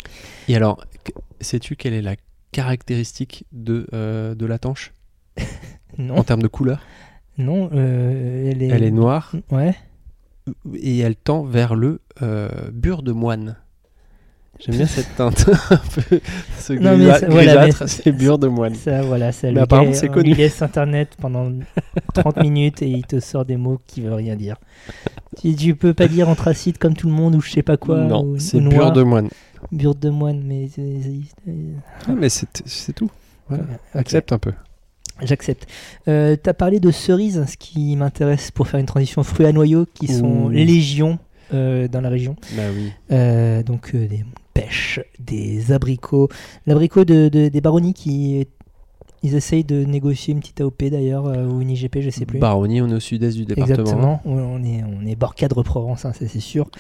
[SPEAKER 2] Et alors, que- sais-tu quelle est la caractéristique de, euh, de la tanche en
[SPEAKER 3] Non,
[SPEAKER 2] termes de couleur
[SPEAKER 3] non, euh, elle est.
[SPEAKER 2] Elle est noire
[SPEAKER 3] Ouais.
[SPEAKER 2] et elle tend vers le euh, bur de moine. J'aime bien cette teinte, un peu ce
[SPEAKER 3] Non, mais
[SPEAKER 2] grisa-
[SPEAKER 3] ça- voilà, mais
[SPEAKER 2] grisâtre, c'est bur de moine.
[SPEAKER 3] Ça, voilà, ça.
[SPEAKER 2] Mais
[SPEAKER 3] le
[SPEAKER 2] apparemment,
[SPEAKER 3] gars,
[SPEAKER 2] c'est
[SPEAKER 3] on
[SPEAKER 2] connu.
[SPEAKER 3] lui laisse internet pendant 30 minutes et il te sort des mots qui veulent rien dire. Tu, tu peux pas dire anthracite comme tout le monde ou je sais pas quoi. ou-
[SPEAKER 2] non,
[SPEAKER 3] ou
[SPEAKER 2] c'est
[SPEAKER 3] noir,
[SPEAKER 2] bur de moine.
[SPEAKER 3] bure de moine, mais c'est- c'est- euh,
[SPEAKER 2] Ah, mais c'est c'est tout. Voilà.
[SPEAKER 3] ok,
[SPEAKER 2] Accepte un peu.
[SPEAKER 3] J'accepte. Euh, T'as parlé de cerises, ce qui m'intéresse pour faire une transition fruits à noyaux qui sont
[SPEAKER 2] Ouh.
[SPEAKER 3] légion euh, dans la région.
[SPEAKER 2] Bah oui.
[SPEAKER 3] Euh, donc euh, des pêches, des abricots. L'abricot de, de- des baronnies qui. Ils essayent de négocier une petite AOP d'ailleurs, euh, ou une IGP, je sais plus.
[SPEAKER 2] Baronnier, on est au sud-est du département.
[SPEAKER 3] Exactement, on- on est, on est bord cadre Provence, hein, ça c'est sûr.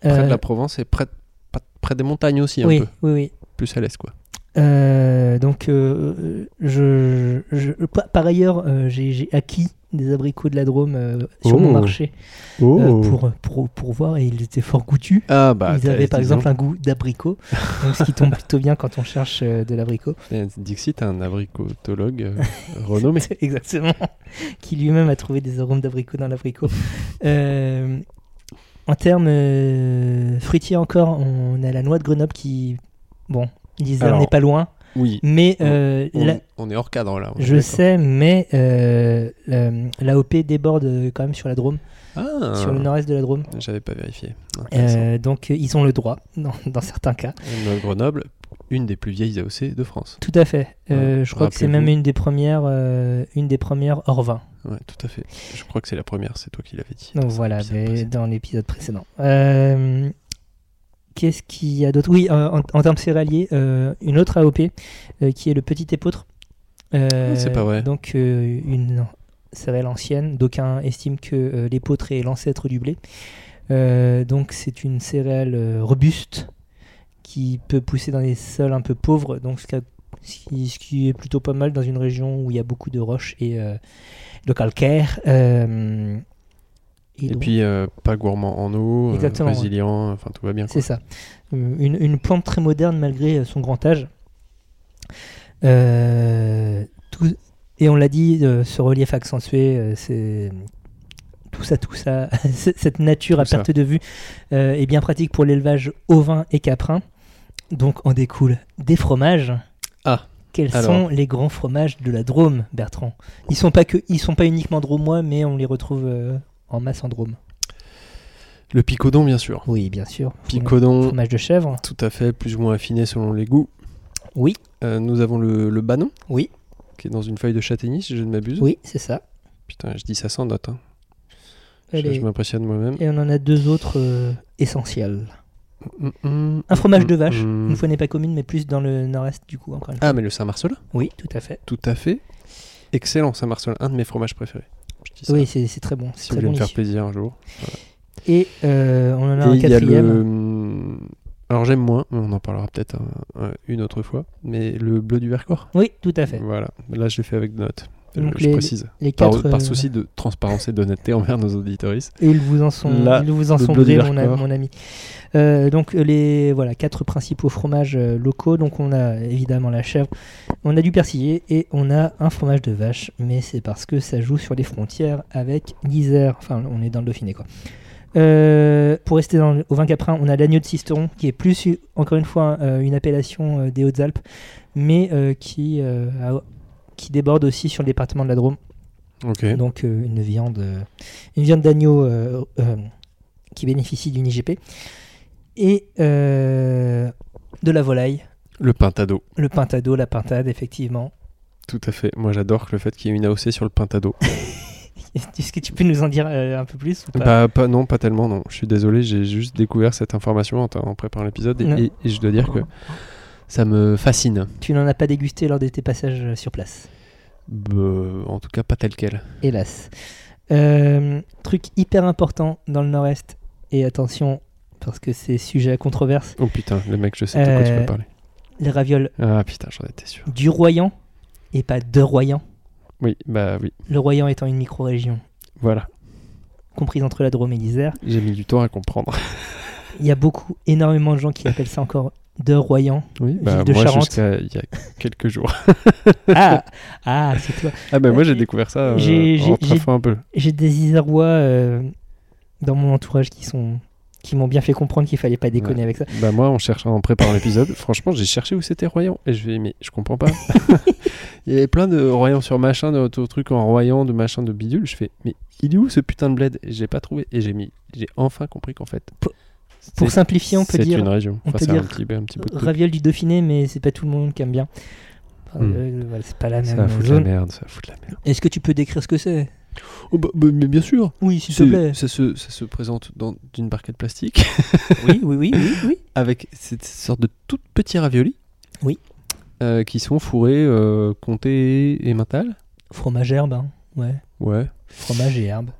[SPEAKER 2] Près
[SPEAKER 3] Euh,
[SPEAKER 2] de la Provence et près, de- pas- près des montagnes aussi, un
[SPEAKER 3] oui,
[SPEAKER 2] peu.
[SPEAKER 3] oui, oui.
[SPEAKER 2] Plus à l'est, quoi.
[SPEAKER 3] Euh, donc, euh, je, je- pa- par ailleurs, euh, j'ai j'ai acquis des abricots de la Drôme euh, sur mon
[SPEAKER 2] Oh.
[SPEAKER 3] marché euh, pour, pour, pour voir et ils étaient fort goûtus.
[SPEAKER 2] Ah, bah.
[SPEAKER 3] ils avaient
[SPEAKER 2] t'as-
[SPEAKER 3] par
[SPEAKER 2] disons-
[SPEAKER 3] exemple un goût d'abricot, donc ce qui tombe plutôt bien quand on cherche euh, de l'abricot.
[SPEAKER 2] Eh, Dixit, un abricotologue euh, renommé.
[SPEAKER 3] Exactement. Qui lui-même a trouvé des arômes d'abricot dans l'abricot. Euh, en termes euh, fruitiers encore, on a la noix de Grenoble qui, bon, l'Isère
[SPEAKER 2] Alors,
[SPEAKER 3] n'est pas loin,
[SPEAKER 2] Oui.
[SPEAKER 3] mais euh,
[SPEAKER 2] On,
[SPEAKER 3] la-
[SPEAKER 2] on est hors cadre, là. on est
[SPEAKER 3] je
[SPEAKER 2] d'accord.
[SPEAKER 3] sais, mais euh, l'AOP déborde euh, quand même sur la Drôme,
[SPEAKER 2] Ah,
[SPEAKER 3] sur le nord-est de la Drôme.
[SPEAKER 2] J'avais pas vérifié. Intéressant.
[SPEAKER 3] Euh, donc euh, ils ont le droit dans, dans certains cas.
[SPEAKER 2] Noix de Grenoble, une des plus vieilles AOC de France.
[SPEAKER 3] Tout à fait. Euh, je crois que c'est
[SPEAKER 2] rappelez-vous.
[SPEAKER 3] même une des premières, euh, une des premières hors vin.
[SPEAKER 2] Ouais, tout à fait. Je crois que c'est la première, c'est toi qui l'avais dit.
[SPEAKER 3] Donc voilà,
[SPEAKER 2] l'épisode
[SPEAKER 3] mais
[SPEAKER 2] passé.
[SPEAKER 3] dans l'épisode précédent. Euh, Qu'est-ce qu'il y a d'autre Oui, euh, en, en termes céréaliers, euh, une autre AOP euh, qui est le Petit Épôtre. Euh,
[SPEAKER 2] Ah, c'est pas vrai.
[SPEAKER 3] Donc euh, une céréale ancienne. D'aucuns estiment que euh, l'épeautre est l'ancêtre du blé. Euh, donc c'est une céréale euh, robuste qui peut pousser dans des sols un peu pauvres. Donc ce qui a- ce qui, ce qui est plutôt pas mal dans une région où il y a beaucoup de roches et euh, de calcaire. euh, et
[SPEAKER 2] Et
[SPEAKER 3] donc,
[SPEAKER 2] puis, euh, pas gourmand en eau, euh,
[SPEAKER 3] Exactement, ouais.
[SPEAKER 2] résilient, enfin tout va bien.
[SPEAKER 3] c'est ça. Euh, Une, une plante très moderne malgré euh, son grand âge. Euh, tout- et on l'a dit, euh, ce relief accentué, euh, c'est tout ça, tout ça, c- cette nature à
[SPEAKER 2] Tout ça.
[SPEAKER 3] perte de vue euh, est bien pratique pour l'élevage ovin et caprin. Donc en découle des fromages.
[SPEAKER 2] Ah,
[SPEAKER 3] Quels
[SPEAKER 2] alors.
[SPEAKER 3] sont les grands fromages de la Drôme, Bertrand Ils sont pas que, ils sont pas uniquement drômois, mais on les retrouve euh, en masse en Drôme.
[SPEAKER 2] Le picodon, bien sûr.
[SPEAKER 3] Oui, bien sûr.
[SPEAKER 2] Picodon,
[SPEAKER 3] Fromage de chèvre.
[SPEAKER 2] tout à fait, plus ou moins affiné selon les goûts.
[SPEAKER 3] Oui.
[SPEAKER 2] Euh, nous avons le, le banon.
[SPEAKER 3] Oui.
[SPEAKER 2] Qui est dans une feuille de châtaignier, si je ne m'abuse.
[SPEAKER 3] Oui, c'est ça.
[SPEAKER 2] Putain, je dis ça sans note. hein. Je,
[SPEAKER 3] Elle est-
[SPEAKER 2] je m'impressionne moi-même.
[SPEAKER 3] Et on en a deux autres euh, essentiels.
[SPEAKER 2] Mm, mm,
[SPEAKER 3] Un fromage de
[SPEAKER 2] mm,
[SPEAKER 3] vache,
[SPEAKER 2] mm.
[SPEAKER 3] une fois n'est pas commune, mais plus dans le nord-est du coup, encore une fois.
[SPEAKER 2] Ah, mais le Saint-Marcelin,
[SPEAKER 3] Oui, tout à fait.
[SPEAKER 2] tout à fait. Excellent, Saint-Marcelin, un de mes fromages préférés. Je dis ça.
[SPEAKER 3] Oui, c'est c'est très bon. c'est
[SPEAKER 2] si vous
[SPEAKER 3] très
[SPEAKER 2] voulez
[SPEAKER 3] bon
[SPEAKER 2] me faire
[SPEAKER 3] issu.
[SPEAKER 2] plaisir un jour.
[SPEAKER 3] Et euh, on en a
[SPEAKER 2] Et
[SPEAKER 3] un
[SPEAKER 2] il y a
[SPEAKER 3] quatrième.
[SPEAKER 2] le- Hmm, Alors j'aime moins, mais on en parlera peut-être un- un- une autre fois. Mais le bleu du Vercors.
[SPEAKER 3] Oui, tout à fait.
[SPEAKER 2] Voilà, là je l'ai fait avec des notes.
[SPEAKER 3] Donc
[SPEAKER 2] je
[SPEAKER 3] les-
[SPEAKER 2] précise.
[SPEAKER 3] Les
[SPEAKER 2] Par,
[SPEAKER 3] quatre.
[SPEAKER 2] par
[SPEAKER 3] euh,
[SPEAKER 2] souci de transparence et d'honnêteté envers nos auditoristes.
[SPEAKER 3] Et ils vous en sont,
[SPEAKER 2] Là,
[SPEAKER 3] ils vous en
[SPEAKER 2] le
[SPEAKER 3] sont
[SPEAKER 2] Bloody
[SPEAKER 3] gré, mon, a-
[SPEAKER 2] Hardcore.
[SPEAKER 3] mon ami. Euh, donc les voilà quatre principaux fromages euh, locaux. Donc on a évidemment la chèvre, on a du persillé et on a un fromage de vache. Mais c'est parce que ça joue sur les frontières avec l'Isère. Enfin, on est dans le Dauphiné quoi. Euh, pour rester dans, le- au vin caprin, on a l'agneau de Sisteron, qui est plus, u- encore une fois, euh, une appellation euh, des Hautes-Alpes, mais euh, qui, euh, a- qui déborde aussi sur le département de la Drôme.
[SPEAKER 2] Ok.
[SPEAKER 3] Donc euh, une viande, euh, une viande d'agneau euh, euh, qui bénéficie d'une IGP et euh, de la volaille,
[SPEAKER 2] Le pintado.
[SPEAKER 3] le pintado, la pintade effectivement.
[SPEAKER 2] Tout à fait. Moi, j'adore le fait qu'il y ait une AOC sur le pintado.
[SPEAKER 3] Est-ce que tu peux nous en dire euh, un peu plus ou pas
[SPEAKER 2] Bah, pas, non, pas tellement, non. Je suis désolé, j'ai juste découvert cette information en, en préparant l'épisode
[SPEAKER 3] Non.
[SPEAKER 2] et, et- et je dois dire que ça me fascine.
[SPEAKER 3] Tu n'en as pas dégusté lors de tes passages euh, sur place,
[SPEAKER 2] Bah, en tout cas, pas tel quel.
[SPEAKER 3] hélas. Euh, truc hyper important dans le Nord-Est et attention parce que c'est sujet à controverse.
[SPEAKER 2] Oh putain, le mec, je sais de quoi tu
[SPEAKER 3] Euh.
[SPEAKER 2] veux parler.
[SPEAKER 3] Les ravioles
[SPEAKER 2] Ah putain, j'en étais sûr.
[SPEAKER 3] du Royan et pas de Royan.
[SPEAKER 2] Oui, bah oui,
[SPEAKER 3] Le Royan étant une micro-région
[SPEAKER 2] voilà.
[SPEAKER 3] comprise entre la Drôme et l'Isère.
[SPEAKER 2] J'ai mis du temps à comprendre.
[SPEAKER 3] Il y a beaucoup, énormément de gens qui appellent ça encore de Royan.
[SPEAKER 2] Oui, bah
[SPEAKER 3] Ville de
[SPEAKER 2] moi
[SPEAKER 3] Charente.
[SPEAKER 2] jusqu'à il y a quelques jours.
[SPEAKER 3] Ah, ah c'est toi.
[SPEAKER 2] Ah bah moi j'ai
[SPEAKER 3] Euh,
[SPEAKER 2] découvert ça euh,
[SPEAKER 3] j'ai- j'ai-
[SPEAKER 2] en taffant un peu.
[SPEAKER 3] J'ai des Isérois euh, dans mon entourage qui sont qui m'ont bien fait comprendre qu'il fallait pas déconner avec ça.
[SPEAKER 2] Bah moi en cherchant en préparant l'épisode, franchement j'ai cherché où c'était Royan et je vais mais je comprends pas. il y avait plein de Royan sur machin, de de trucs en Royan, de machin de bidule. Je fais mais il est où ce putain de bled Et J'ai pas trouvé et j'ai mis j'ai enfin compris qu'en fait.
[SPEAKER 3] Pour- Pour
[SPEAKER 2] c'est-
[SPEAKER 3] simplifier, on peut
[SPEAKER 2] c'est
[SPEAKER 3] dire
[SPEAKER 2] une région.
[SPEAKER 3] on
[SPEAKER 2] Enfin,
[SPEAKER 3] peut
[SPEAKER 2] c'est un
[SPEAKER 3] dire
[SPEAKER 2] petit, un petit bout de
[SPEAKER 3] Raviol du Dauphiné, mais c'est pas tout le monde qui aime bien. Enfin,
[SPEAKER 2] Hmm.
[SPEAKER 3] euh, voilà, c'est pas la
[SPEAKER 2] Ça va
[SPEAKER 3] même
[SPEAKER 2] foutre la
[SPEAKER 3] zone.
[SPEAKER 2] merde, ça va foutre la merde.
[SPEAKER 3] Est-ce que tu peux décrire ce que c'est
[SPEAKER 2] Oh bah, bah, mais bien sûr.
[SPEAKER 3] Oui, s'il te
[SPEAKER 2] C'est-
[SPEAKER 3] plaît.
[SPEAKER 2] Ça se, ça se présente dans une barquette plastique
[SPEAKER 3] Oui, oui, oui, oui, oui.
[SPEAKER 2] avec cette sorte de tout petits raviolis.
[SPEAKER 3] Oui.
[SPEAKER 2] Euh, qui sont fourrés, euh, comté et mental.
[SPEAKER 3] Fromage herbe, hein. ouais.
[SPEAKER 2] Ouais.
[SPEAKER 3] Fromage et herbe.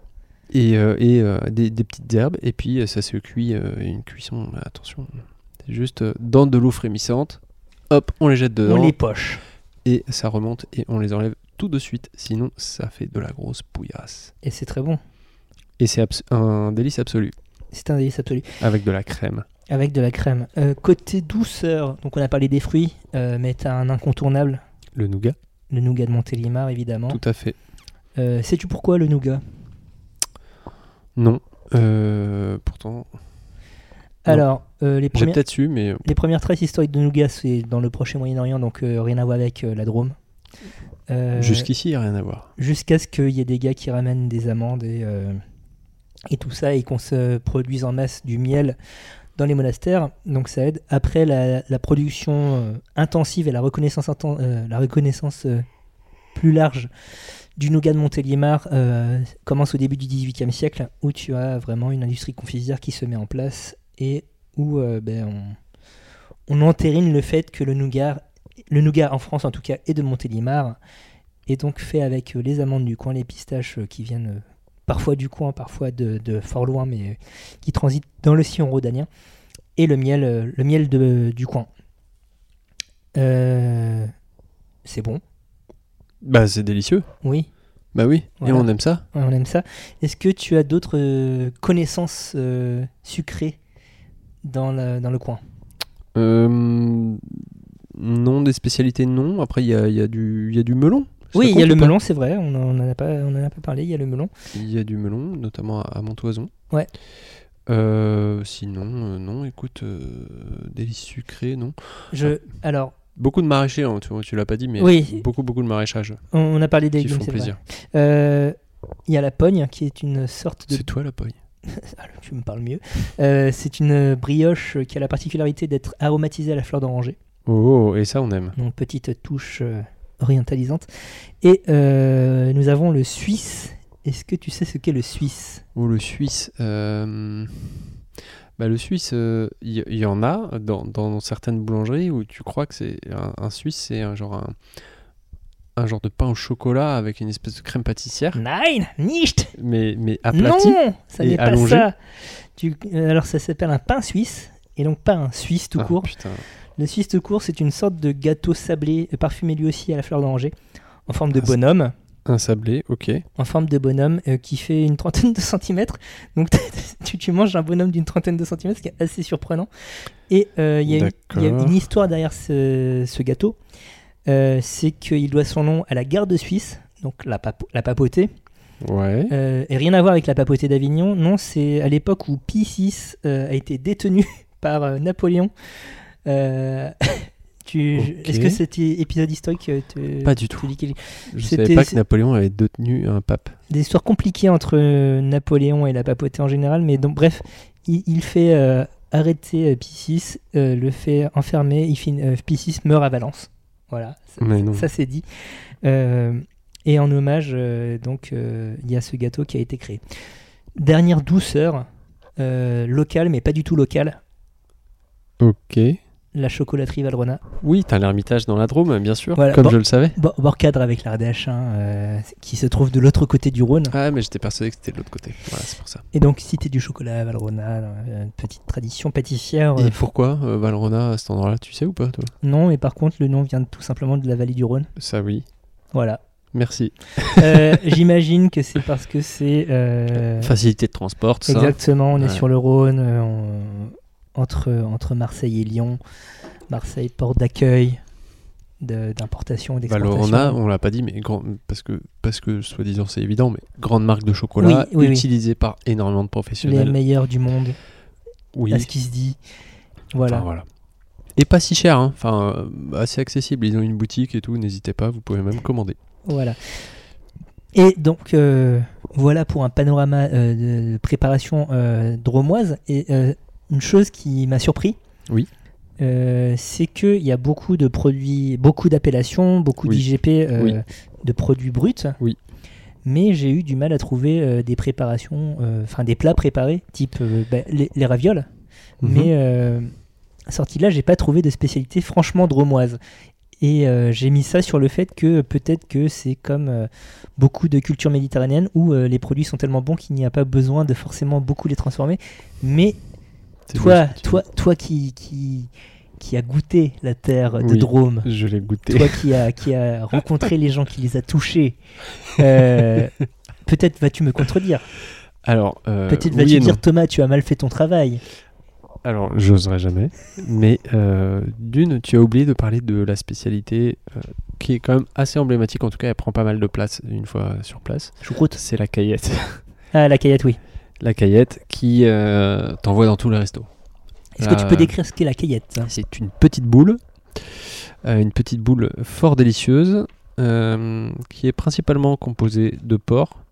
[SPEAKER 2] Et, euh, et, euh, des, des petites herbes. Et puis euh, ça se cuit, euh, une cuisson, attention, c'est juste euh, dans de l'eau frémissante. Hop, Euh, on les jette dedans
[SPEAKER 3] On les poche.
[SPEAKER 2] et ça remonte et on les enlève tout de suite. Sinon, ça fait de la grosse pouillasse.
[SPEAKER 3] Et c'est très bon.
[SPEAKER 2] Et c'est abs- un délice absolu
[SPEAKER 3] C'est un délice absolu.
[SPEAKER 2] avec de la crème.
[SPEAKER 3] Avec de la crème. Euh, côté douceur, donc on a parlé des fruits, euh, mais t'as un incontournable,
[SPEAKER 2] Le nougat,
[SPEAKER 3] le nougat de Montélimar évidemment.
[SPEAKER 2] tout à fait.
[SPEAKER 3] Euh, Sais-tu pourquoi le nougat
[SPEAKER 2] Non. Euh, pourtant, Non.
[SPEAKER 3] Alors, euh, les,
[SPEAKER 2] j'ai
[SPEAKER 3] premières,
[SPEAKER 2] peut-être su, mais
[SPEAKER 3] les premières traces historiques de nougat, c'est dans le proche Moyen-Orient, donc euh, rien à voir avec euh, la Drôme. Euh,
[SPEAKER 2] jusqu'ici, il a rien à voir.
[SPEAKER 3] Jusqu'à ce qu'il y ait des gars qui ramènent des amandes et, euh, et tout ça, et qu'on se produise en masse du miel dans les monastères. Donc ça aide. Après la, la production euh, intensive et la reconnaissance, inten- euh, la reconnaissance euh, plus large du nougat de Montélimar euh, commence au début du XVIIIe siècle, où tu as vraiment une industrie confisière qui se met en place et où euh, ben, on, on entérine le fait que le nougat, le nougat en France en tout cas, est de Montélimar et donc fait avec euh, les amandes du coin, les pistaches euh, qui viennent euh, parfois du coin, parfois de, de fort loin, mais euh, qui transitent dans le sillon rhodanien, et le miel, euh, le miel de- du coin. Euh, c'est bon,
[SPEAKER 2] Bah, c'est délicieux.
[SPEAKER 3] oui,
[SPEAKER 2] Bah oui.
[SPEAKER 3] Voilà.
[SPEAKER 2] Et on aime ça.
[SPEAKER 3] ouais, on aime ça. Est-ce que tu as d'autres euh, connaissances euh, sucrées dans, la- dans le coin
[SPEAKER 2] Euh, non, des spécialités, non. Après, il y a, il y a du il y a du melon. Ça
[SPEAKER 3] Oui, il
[SPEAKER 2] compte
[SPEAKER 3] y a le
[SPEAKER 2] ou pas
[SPEAKER 3] melon, c'est vrai, on n'en a, pas- on en a pas parlé, il y a le melon.
[SPEAKER 2] Il y a du melon, notamment à, à Montoison.
[SPEAKER 3] Ouais.
[SPEAKER 2] Euh, sinon, euh, non, écoute, euh, délices sucrées, non.
[SPEAKER 3] Je, alors,
[SPEAKER 2] Beaucoup de maraîchers, hein, tu, tu l'as pas dit, mais
[SPEAKER 3] Oui.
[SPEAKER 2] beaucoup, beaucoup de maraîchage
[SPEAKER 3] on, on a parlé des
[SPEAKER 2] qui
[SPEAKER 3] légumes,
[SPEAKER 2] font
[SPEAKER 3] c'est vrai.
[SPEAKER 2] plaisir.
[SPEAKER 3] Euh, Il y a la pogne, qui est une sorte de
[SPEAKER 2] C'est toi la paille.
[SPEAKER 3] Ah, tu me parles mieux. Euh, c'est une euh, brioche euh, qui a la particularité d'être aromatisée à la fleur d'oranger.
[SPEAKER 2] Oh, et ça, on aime.
[SPEAKER 3] Donc petite euh, touche euh, orientalisante. Et euh, nous avons le suisse. Est-ce que tu sais ce qu'est le suisse
[SPEAKER 2] Ou le Suisse. euh, Bah, le Suisse, euh, il y, il y en a dans, dans certaines boulangeries où tu crois que c'est un, un Suisse, c'est un genre un, un genre de pain au chocolat avec une espèce de crème pâtissière,
[SPEAKER 3] Nein, nicht
[SPEAKER 2] mais mais ah, aplati.
[SPEAKER 3] Non, ça
[SPEAKER 2] et
[SPEAKER 3] n'est pas
[SPEAKER 2] allongé.
[SPEAKER 3] ça. Tu- euh, alors ça s'appelle un pain suisse. Et donc pas un suisse tout
[SPEAKER 2] Ah,
[SPEAKER 3] court.
[SPEAKER 2] putain.
[SPEAKER 3] Le suisse tout court, c'est une sorte de gâteau sablé, euh, parfumé lui aussi à la fleur d'oranger, en forme de
[SPEAKER 2] Ah, c'est-
[SPEAKER 3] bonhomme.
[SPEAKER 2] Un sablé, ok.
[SPEAKER 3] en forme de bonhomme euh, qui fait une trentaine de centimètres. Donc tu, tu manges un bonhomme d'une trentaine de centimètres, ce qui est assez surprenant. Et euh, il y a une- il y, a
[SPEAKER 2] D'accord.
[SPEAKER 3] une histoire derrière ce, ce gâteau. Euh, c'est qu'il doit son nom à la gare de Suisse, donc la, papo- la papauté.
[SPEAKER 2] Ouais.
[SPEAKER 3] Euh, et rien à voir avec la papauté d'Avignon, non, c'est à l'époque où Pie VI euh, a été détenu par euh, Napoléon. Euh, tu- je-
[SPEAKER 2] Ok.
[SPEAKER 3] Est-ce que cet é- épisode historique euh, te,
[SPEAKER 2] Pas du
[SPEAKER 3] te
[SPEAKER 2] tout.
[SPEAKER 3] dit quelque-
[SPEAKER 2] Je
[SPEAKER 3] c'était-
[SPEAKER 2] savais pas
[SPEAKER 3] c'est-
[SPEAKER 2] que Napoléon avait détenu un pape.
[SPEAKER 3] des histoires compliquées entre euh, Napoléon et la papauté en général, mais donc bref, il, il fait euh, arrêter euh, Pie VI, euh, le fait enfermer, il fin- euh, Pie VI meurt à Valence. Voilà, ça,
[SPEAKER 2] Mais non.
[SPEAKER 3] ça, c'est dit. Euh, et en hommage, euh, donc, euh, il y a ce gâteau qui a été créé. Dernière douceur, euh, locale, mais pas du tout locale,
[SPEAKER 2] Ok.
[SPEAKER 3] la chocolaterie Valrhona.
[SPEAKER 2] Oui, t'as l'Ermitage dans la Drôme, bien sûr,
[SPEAKER 3] Voilà,
[SPEAKER 2] comme
[SPEAKER 3] bon.
[SPEAKER 2] je le savais.
[SPEAKER 3] Bon, bord cadre avec l'Ardèche, hein, euh, qui se trouve de l'autre côté du Rhône.
[SPEAKER 2] Ah, mais j'étais persuadé que c'était de l'autre côté. Voilà, c'est pour ça.
[SPEAKER 3] Et donc, cité du chocolat à Valrhona, euh, une petite tradition pâtissière. euh,
[SPEAKER 2] Et pourquoi euh, Valrhona à cet endroit-là, tu sais ou pas, toi
[SPEAKER 3] Non, mais par contre, le nom vient tout simplement de la vallée du Rhône.
[SPEAKER 2] Ça, oui.
[SPEAKER 3] Voilà.
[SPEAKER 2] Merci.
[SPEAKER 3] Euh, J'imagine que c'est parce que c'est. euh,
[SPEAKER 2] Facilité de transport, tout ça.
[SPEAKER 3] exactement, on est
[SPEAKER 2] Ouais.
[SPEAKER 3] sur le Rhône, euh, on- entre, entre Marseille et Lyon. Marseille, porte d'accueil, de- d'importation et d'exportation.
[SPEAKER 2] Valrhona, Bah, on l'a pas dit, mais grand- parce que, parce que soi-disant c'est évident, mais grande marque de chocolat
[SPEAKER 3] Oui, oui, oui.
[SPEAKER 2] utilisée par énormément de
[SPEAKER 3] les
[SPEAKER 2] professionnels.
[SPEAKER 3] meilleurs du monde,
[SPEAKER 2] Oui.
[SPEAKER 3] à ce qui se dit. Voilà.
[SPEAKER 2] Enfin, voilà. Et pas si cher, hein. enfin euh, assez accessible. Ils ont une boutique et tout, n'hésitez pas, vous pouvez même commander.
[SPEAKER 3] Voilà. Et donc, euh, voilà pour un panorama euh, de préparation euh, dromoise. Et euh, une chose qui m'a surpris,
[SPEAKER 2] Oui.
[SPEAKER 3] euh, c'est qu'il y a beaucoup de produits, beaucoup d'appellations, beaucoup
[SPEAKER 2] Oui.
[SPEAKER 3] d'IGP euh,
[SPEAKER 2] Oui.
[SPEAKER 3] de produits bruts.
[SPEAKER 2] Oui.
[SPEAKER 3] Mais j'ai eu du mal à trouver euh, des préparations, euh, enfin des plats préparés, type euh, bah, les, les ravioles.
[SPEAKER 2] Mhm.
[SPEAKER 3] Mais euh, sorti de là, j'ai pas trouvé de spécialité franchement dromoise. Et euh, j'ai mis ça sur le fait que peut-être que c'est comme euh, beaucoup de cultures méditerranéennes où euh, les produits sont tellement bons qu'il n'y a pas besoin de forcément beaucoup les transformer. Mais
[SPEAKER 2] C'est
[SPEAKER 3] toi,
[SPEAKER 2] bon, c'est-
[SPEAKER 3] toi, toi qui, qui, qui a goûté la terre de
[SPEAKER 2] Oui.
[SPEAKER 3] Drôme,
[SPEAKER 2] Je l'ai goûté.
[SPEAKER 3] toi qui a, qui a rencontré les gens, qui les a touchés, euh, peut-être vas-tu me contredire.
[SPEAKER 2] Alors, euh,
[SPEAKER 3] Peut-être
[SPEAKER 2] oui
[SPEAKER 3] vas-tu
[SPEAKER 2] et non.
[SPEAKER 3] dire Thomas, tu as mal fait ton travail.
[SPEAKER 2] Alors, j'oserais jamais. Mais euh, d'une, tu as oublié de parler de la spécialité euh, qui est quand même assez emblématique. En tout cas, elle prend pas mal de place une fois sur place.
[SPEAKER 3] Choucroute.
[SPEAKER 2] C'est la caillette.
[SPEAKER 3] Ah, la caillette, oui.
[SPEAKER 2] la caillette qui euh, t'envoie dans tous les restos.
[SPEAKER 3] Est-ce que tu peux
[SPEAKER 2] Euh,
[SPEAKER 3] décrire ce qu'est la caillette
[SPEAKER 2] C'est une petite boule, euh, une petite boule fort délicieuse, euh, qui est principalement composée de porc,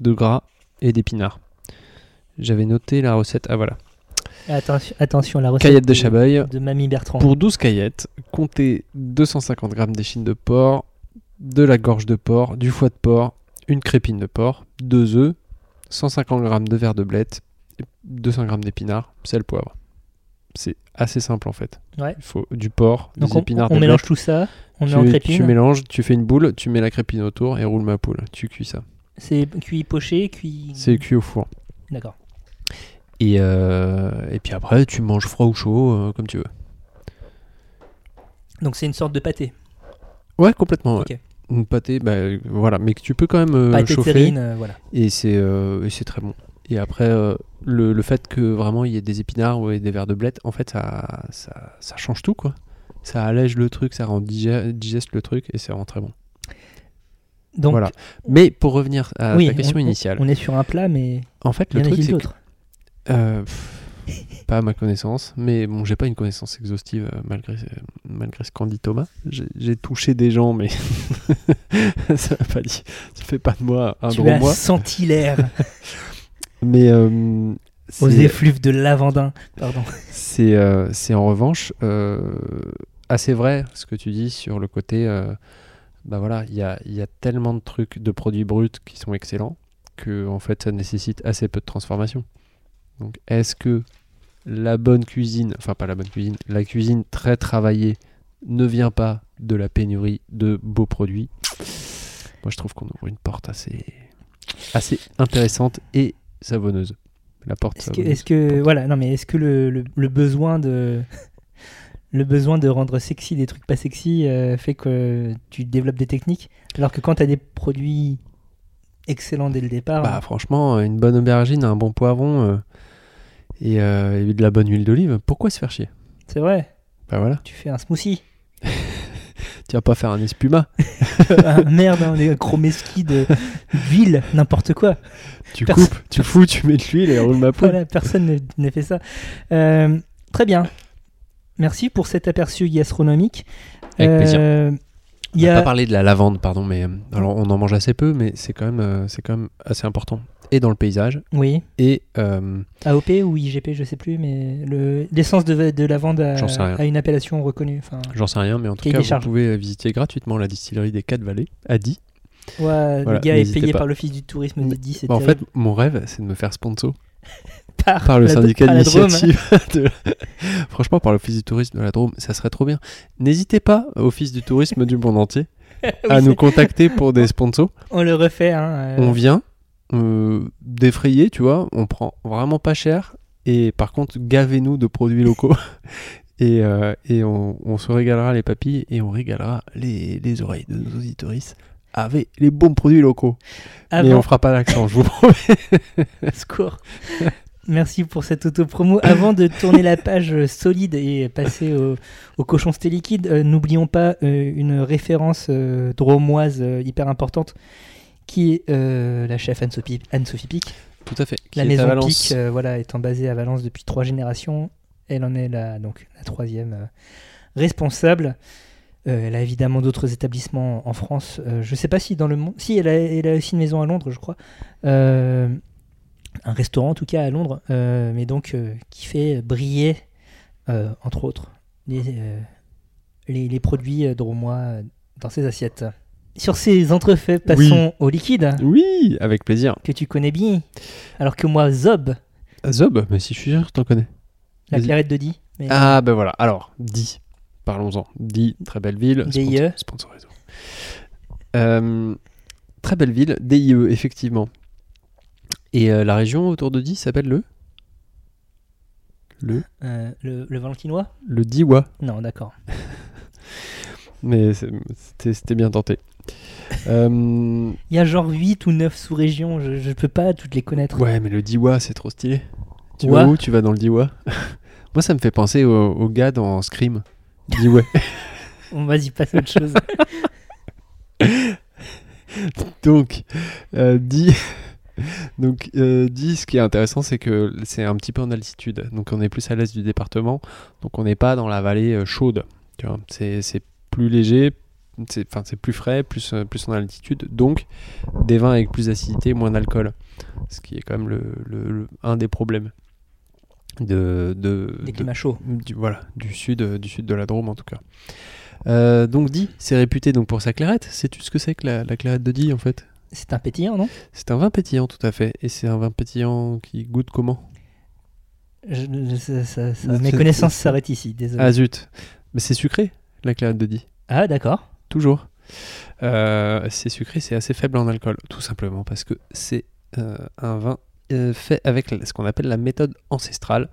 [SPEAKER 2] de gras et d'épinards. J'avais noté la recette. Ah voilà.
[SPEAKER 3] Attention, attention, la recette
[SPEAKER 2] Caillette de Chabaille.
[SPEAKER 3] de Mamie Bertrand.
[SPEAKER 2] Pour 12 caillettes, comptez 250 grammes d'échine de porc, de la gorge de porc, du foie de porc, une crépine de porc, deux œufs, 150 grammes de verre de blette, 200 grammes d'épinards, sel, poivre. C'est assez simple en fait.
[SPEAKER 3] Ouais.
[SPEAKER 2] Il faut du porc,
[SPEAKER 3] Donc
[SPEAKER 2] des
[SPEAKER 3] on,
[SPEAKER 2] épinards,
[SPEAKER 3] on
[SPEAKER 2] de
[SPEAKER 3] mélange
[SPEAKER 2] blettes.
[SPEAKER 3] tout ça, on
[SPEAKER 2] tu,
[SPEAKER 3] est en
[SPEAKER 2] tu
[SPEAKER 3] crépine.
[SPEAKER 2] mélanges, tu fais une boule, tu mets la crépine autour et roule ma poule. Tu cuis ça.
[SPEAKER 3] C'est cuit poché, cuit.
[SPEAKER 2] C'est cuit au four.
[SPEAKER 3] D'accord.
[SPEAKER 2] Et, euh, et puis après, tu manges froid ou chaud, euh, comme tu veux.
[SPEAKER 3] Donc c'est une sorte de pâté.
[SPEAKER 2] Ouais, complètement. ouais.
[SPEAKER 3] Ok.
[SPEAKER 2] Une pâtée, bah, euh, voilà, mais que tu peux quand même euh,
[SPEAKER 3] pâté de
[SPEAKER 2] chauffer.
[SPEAKER 3] terrine, euh, voilà.
[SPEAKER 2] et c'est euh, et c'est très bon. Et après, euh, le, le fait que vraiment il y ait des épinards ou des verres de blette, en fait, ça, ça, ça change tout, quoi. Ça allège le truc, ça rend digeste, digeste le truc, et c'est vraiment très bon.
[SPEAKER 3] Donc
[SPEAKER 2] voilà. Mais pour revenir à
[SPEAKER 3] oui,
[SPEAKER 2] ta Ah, question
[SPEAKER 3] on- on-
[SPEAKER 2] initiale,
[SPEAKER 3] On est sur un plat, mais
[SPEAKER 2] en fait,
[SPEAKER 3] il
[SPEAKER 2] le
[SPEAKER 3] y en
[SPEAKER 2] truc,
[SPEAKER 3] a-t-il
[SPEAKER 2] c'est que-
[SPEAKER 3] d'autres
[SPEAKER 2] euh, pff, pas à ma connaissance, mais bon, j'ai pas une connaissance exhaustive euh, malgré, euh, malgré ce qu'en dit Thomas. J'ai j'ai touché des gens, mais ça ne pas dit. Ça fait pas de moi un
[SPEAKER 3] Tu
[SPEAKER 2] gros
[SPEAKER 3] as
[SPEAKER 2] moi.
[SPEAKER 3] senti l'air
[SPEAKER 2] Mais euh,
[SPEAKER 3] aux
[SPEAKER 2] c'est-
[SPEAKER 3] effluves de lavandin. Pardon.
[SPEAKER 2] C'est euh, c'est en revanche euh, assez vrai ce que tu dis sur le côté. euh, bah voilà, il y a, il y a tellement de trucs, de produits bruts qui sont excellents que en fait ça nécessite assez peu de transformation. Donc est-ce que la bonne cuisine, enfin pas la bonne cuisine, la cuisine très travaillée ne vient pas de la pénurie de beaux produits Moi je trouve qu'on ouvre une porte assez, assez intéressante et savonneuse. La porte
[SPEAKER 3] Est-ce que,
[SPEAKER 2] savonneuse.
[SPEAKER 3] est-ce que- voilà, non, mais est-ce que le, le- le besoin de le besoin de rendre sexy des trucs pas sexy euh, fait que tu développes des techniques. Alors que quand tu as des produits excellents dès le départ,
[SPEAKER 2] Bah, franchement, une bonne aubergine, un bon poivron euh, et, euh, et de la bonne huile d'olive, pourquoi se faire chier
[SPEAKER 3] c'est vrai,
[SPEAKER 2] Bah voilà,
[SPEAKER 3] tu fais un smoothie.
[SPEAKER 2] tu vas pas faire un espuma.
[SPEAKER 3] Ah, merde, on est un gros mesquis de- d'huile, n'importe quoi.
[SPEAKER 2] Tu
[SPEAKER 3] Personne-
[SPEAKER 2] coupes, tu fous, tu mets de l'huile et roule ma poule.
[SPEAKER 3] Voilà, personne ne- n'a fait ça. Euh, très bien. Merci pour cet aperçu gastronomique.
[SPEAKER 1] Avec plaisir.
[SPEAKER 3] Euh,
[SPEAKER 2] On
[SPEAKER 3] il y
[SPEAKER 2] n'a
[SPEAKER 3] a-
[SPEAKER 2] pas parlé de la lavande, pardon, mais euh, alors on en mange assez peu, mais c'est quand même, euh, c'est quand même assez important. Et dans le paysage,
[SPEAKER 3] Oui,
[SPEAKER 2] et euh,
[SPEAKER 3] AOP ou IGP, je sais plus, mais le- l'essence de, de lavande a,
[SPEAKER 2] J'en sais rien.
[SPEAKER 3] a une appellation reconnue. Enfin,
[SPEAKER 2] j'en sais rien, mais en tout
[SPEAKER 3] Cahier
[SPEAKER 2] cas,
[SPEAKER 3] des
[SPEAKER 2] vous
[SPEAKER 3] charges.
[SPEAKER 2] pouvez visiter gratuitement la distillerie des Quatre Vallées à Die.
[SPEAKER 3] ouais,
[SPEAKER 2] Voilà,
[SPEAKER 3] le gars est
[SPEAKER 2] n'hésitez
[SPEAKER 3] payé
[SPEAKER 2] pas.
[SPEAKER 3] par l'Office du tourisme de 10
[SPEAKER 2] Bah, en fait, mon rêve, c'est de me faire sponsor
[SPEAKER 3] euh, par,
[SPEAKER 2] par le
[SPEAKER 3] la-
[SPEAKER 2] syndicat
[SPEAKER 3] par la Drôme. hein.
[SPEAKER 2] d'initiative. de- Franchement, par l'Office du tourisme de la Drôme, ça serait trop bien. N'hésitez pas, Office du tourisme du monde entier, à
[SPEAKER 3] Oui,
[SPEAKER 2] nous
[SPEAKER 3] c'est-
[SPEAKER 2] contacter pour des sponsors.
[SPEAKER 3] On le refait. hein, euh,
[SPEAKER 2] On vient euh, défrayer, tu vois, on prend vraiment pas cher. Et par contre, gavez-nous de produits locaux. Et, euh, et on, on se régalera les papilles et on régalera les, les oreilles de nos auditoristes avec les bons produits locaux. Mais
[SPEAKER 3] avant-
[SPEAKER 2] on fera pas l'accent, je vous promets.
[SPEAKER 3] Secours. Merci pour cette auto-promo. Avant de tourner la page euh, solide et passer au, au cochon sté liquide, euh, n'oublions pas euh, une référence euh, dromoise euh, hyper importante qui est euh, la chef Anne-Sophie Anne-Sophie Pic.
[SPEAKER 2] Tout à fait. Qui
[SPEAKER 3] La
[SPEAKER 2] est à
[SPEAKER 3] maison
[SPEAKER 2] Valence.
[SPEAKER 3] Pic, euh, voilà, étant basée à Valence depuis trois générations, elle en est la, donc, la troisième euh, responsable. Euh, elle a évidemment d'autres établissements en France. Euh, je ne sais pas si dans le monde. Si, elle a, elle a aussi une maison à Londres, je crois. Euh, un restaurant, en tout cas, à Londres. Euh, mais donc, euh, qui fait briller, euh, entre autres, les, euh, les, les produits euh, dromois euh, dans ses assiettes. Sur ces entrefaits, passons au liquide,
[SPEAKER 2] Oui, avec plaisir.
[SPEAKER 3] que tu connais bien. Alors que moi, Zob,
[SPEAKER 2] Zob, mais si je suis sûr, t'en connais.
[SPEAKER 3] La
[SPEAKER 2] Vas-y.
[SPEAKER 3] clarette de Die. Mais
[SPEAKER 2] Ah ben voilà, alors, dit, parlons-en. Dit, très belle ville.
[SPEAKER 3] DIE.
[SPEAKER 2] sponsor- Sponsorisons. Euh, très belle ville, DIE, effectivement. Et euh, la région autour de Die s'appelle le Le
[SPEAKER 3] euh, le, le Valentinois
[SPEAKER 2] Le Diwa.
[SPEAKER 3] Non, d'accord.
[SPEAKER 2] Mais c'est- c'était c'était bien tenté. Euh,
[SPEAKER 3] Il y a genre 8 ou 9 sous-régions, je, je peux pas toutes les connaître.
[SPEAKER 2] ouais, mais le Diwa, c'est trop stylé. Tu
[SPEAKER 3] Ouah.
[SPEAKER 2] vas où Tu vas dans le Diwa Moi, ça me fait penser au, au gars dans Scream. Diwa.
[SPEAKER 3] On Vas-y, passe à autre chose.
[SPEAKER 2] Donc, euh, dit... Donc, euh, dit, ce qui est intéressant, c'est que c'est un petit peu en altitude. Donc, on est plus à l'est du département. Donc, on n'est pas dans la vallée euh, chaude. Tu vois, c'est c'est plus léger, c'est enfin, c'est plus frais, plus, euh, plus en altitude. Donc, des vins avec plus d'acidité, moins d'alcool. Ce qui est quand même le, le- le- un des problèmes de, de,
[SPEAKER 3] Des
[SPEAKER 2] de-
[SPEAKER 3] climats chauds.
[SPEAKER 2] du, voilà, du sud, euh, du sud de la Drôme en tout cas. Euh, donc dit, c'est réputé donc pour sa clairette. Sais-tu ce que c'est que la, la clairette de Die en fait
[SPEAKER 3] C'est un pétillant, non
[SPEAKER 2] C'est un vin pétillant tout à fait, et c'est un vin pétillant qui goûte comment
[SPEAKER 3] Je- je- ça- ça- ça-
[SPEAKER 2] C'est-
[SPEAKER 3] Mes
[SPEAKER 2] c'est-
[SPEAKER 3] connaissances s'arrêtent ici, désolé.
[SPEAKER 2] Ah zut, mais c'est sucré la clairette de Die,
[SPEAKER 3] Ah, d'accord.
[SPEAKER 2] toujours. Euh, c'est sucré, c'est assez faible en alcool, tout simplement parce que c'est euh, un vin euh, fait avec la- ce qu'on appelle la méthode ancestrale,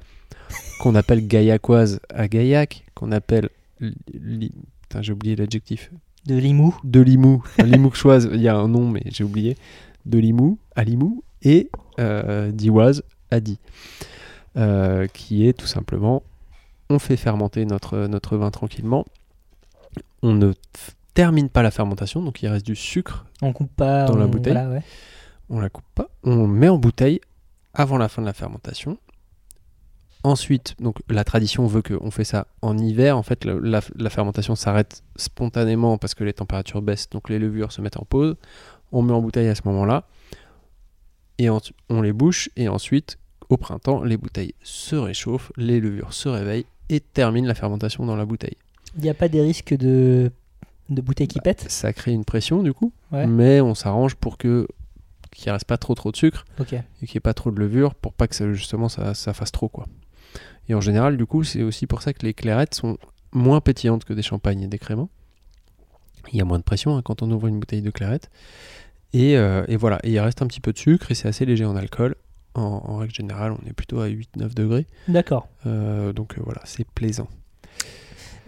[SPEAKER 2] qu'on appelle gaillacoise à Gaillac, qu'on appelle li- li- Putain, j'ai oublié l'adjectif.
[SPEAKER 3] De Limoux.
[SPEAKER 2] de Limoux, enfin, Limouxoise, il y a un nom mais j'ai oublié, de Limoux à Limoux et euh, d'Ivoise à Die, Euh, qui est tout simplement, on fait fermenter notre, notre vin tranquillement, on ne f- termine pas la fermentation, donc il reste du sucre,
[SPEAKER 3] On coupe pas.
[SPEAKER 2] Dans la
[SPEAKER 3] on-
[SPEAKER 2] bouteille.
[SPEAKER 3] voilà, ouais.
[SPEAKER 2] on la coupe pas, on met en bouteille avant la fin de la fermentation. Ensuite, donc la tradition veut qu'on fait ça en hiver. En fait, le- la, la fermentation s'arrête spontanément parce que les températures baissent, donc les levures se mettent en pause. On met en bouteille à ce moment-là et en- on les bouche. Et ensuite, au printemps, les bouteilles se réchauffent, les levures se réveillent et terminent la fermentation dans la bouteille.
[SPEAKER 3] Il n'y a pas des risques de, de bouteilles qui pètent
[SPEAKER 2] Ça crée une pression du coup,
[SPEAKER 3] Ouais.
[SPEAKER 2] mais on s'arrange pour que qu'il reste pas trop trop de sucre
[SPEAKER 3] Ok.
[SPEAKER 2] et qu'il n'y ait pas trop de levure pour pas que ça, justement ça, ça fasse trop quoi. Et en général, du coup, c'est aussi pour ça que les clairettes sont moins pétillantes que des champagnes et des créments. Il y a moins de pression hein, quand on ouvre une bouteille de clairette. Et, euh, et voilà, et il reste un petit peu de sucre et c'est assez léger en alcool. En, en règle générale, on est plutôt à 8-9 degrés.
[SPEAKER 3] D'accord.
[SPEAKER 2] Euh, donc euh, voilà, c'est plaisant.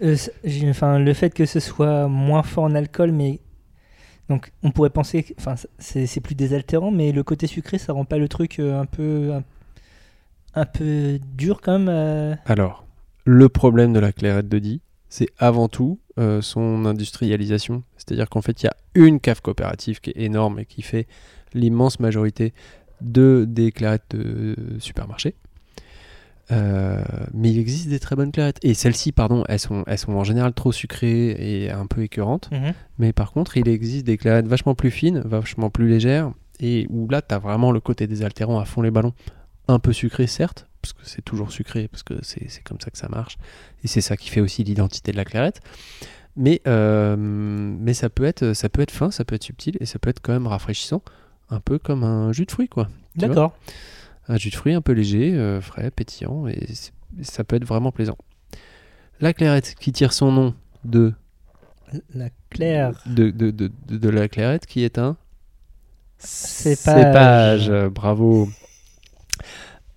[SPEAKER 3] Euh, c- j'ai- enfin, le fait que ce soit moins fort en alcool, mais donc on pourrait penser, que- enfin, c- c'est c'est plus désaltérant, mais le côté sucré, ça rend pas le truc euh, un peu un, un peu dur quand même. euh.
[SPEAKER 2] Alors, le problème de la clairette de Die, c'est avant tout euh, son industrialisation. C'est-à-dire qu'en fait, il y a une cave coopérative qui est énorme et qui fait l'immense majorité de, des clarettes de supermarché. Euh, mais il existe des très bonnes clarettes. Et celles-ci, pardon, elles sont, elles sont en général trop sucrées et un peu écœurantes. Mais par contre, il existe des clarettes vachement plus fines, vachement plus légères, et où là, t'as vraiment le côté désaltérant à fond les ballons. Un peu sucré, certes, parce que c'est toujours sucré, parce que c'est c'est comme ça que ça marche. Et c'est ça qui fait aussi l'identité de la clairette. Mais, euh, mais ça, peut être, ça peut être fin, ça peut être subtil, et ça peut être quand même rafraîchissant. Un peu comme un jus de fruits, quoi. Tu vois
[SPEAKER 3] D'accord.
[SPEAKER 2] Un jus de fruits un peu léger, euh, frais, pétillant, et c'est- ça peut être vraiment plaisant. La clairette qui tire son nom de
[SPEAKER 3] La claire.
[SPEAKER 2] de, de, de, de- de la clairette qui est un
[SPEAKER 3] Cépage.
[SPEAKER 2] cépage, bravo.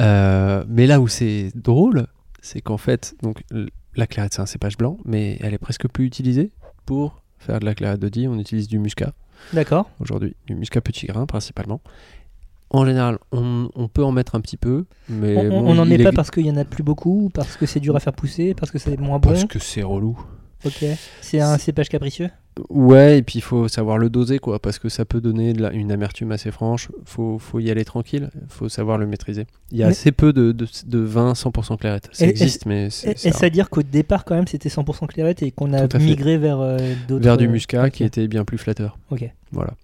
[SPEAKER 2] Euh, mais là où c'est drôle, c'est qu'en fait, donc l- la clairette c'est un cépage blanc, mais elle est presque plus utilisée pour faire de la clairette de Die. On utilise du muscat
[SPEAKER 3] D'accord.
[SPEAKER 2] aujourd'hui, du muscat petit grain principalement. En général, on, on peut en mettre un petit peu, mais
[SPEAKER 3] On- on
[SPEAKER 2] bon,
[SPEAKER 3] on n'en
[SPEAKER 2] il
[SPEAKER 3] est
[SPEAKER 2] est-
[SPEAKER 3] pas parce qu'il y en a plus beaucoup, parce que c'est dur à faire pousser, parce que c'est moins bon.
[SPEAKER 2] parce que c'est relou.
[SPEAKER 3] Ok. C'est un cépage capricieux.
[SPEAKER 2] Ouais, et puis il faut savoir le doser, quoi, parce que ça peut donner de la- une amertume assez franche. Faut, faut y aller tranquille, faut savoir le maîtriser. Il y a
[SPEAKER 3] Mais-
[SPEAKER 2] assez peu de, de, de vins 100% clairette. Ça
[SPEAKER 3] Et-
[SPEAKER 2] existe, mais c'est c'est
[SPEAKER 3] Est-ce
[SPEAKER 2] rare.
[SPEAKER 3] à dire qu'au départ quand même c'était 100% clairette et qu'on a
[SPEAKER 2] Tout à fait.
[SPEAKER 3] migré vers euh, d'autres
[SPEAKER 2] vers du muscat qui
[SPEAKER 3] ok.
[SPEAKER 2] était bien plus flatteur.
[SPEAKER 3] Ok.
[SPEAKER 2] Voilà.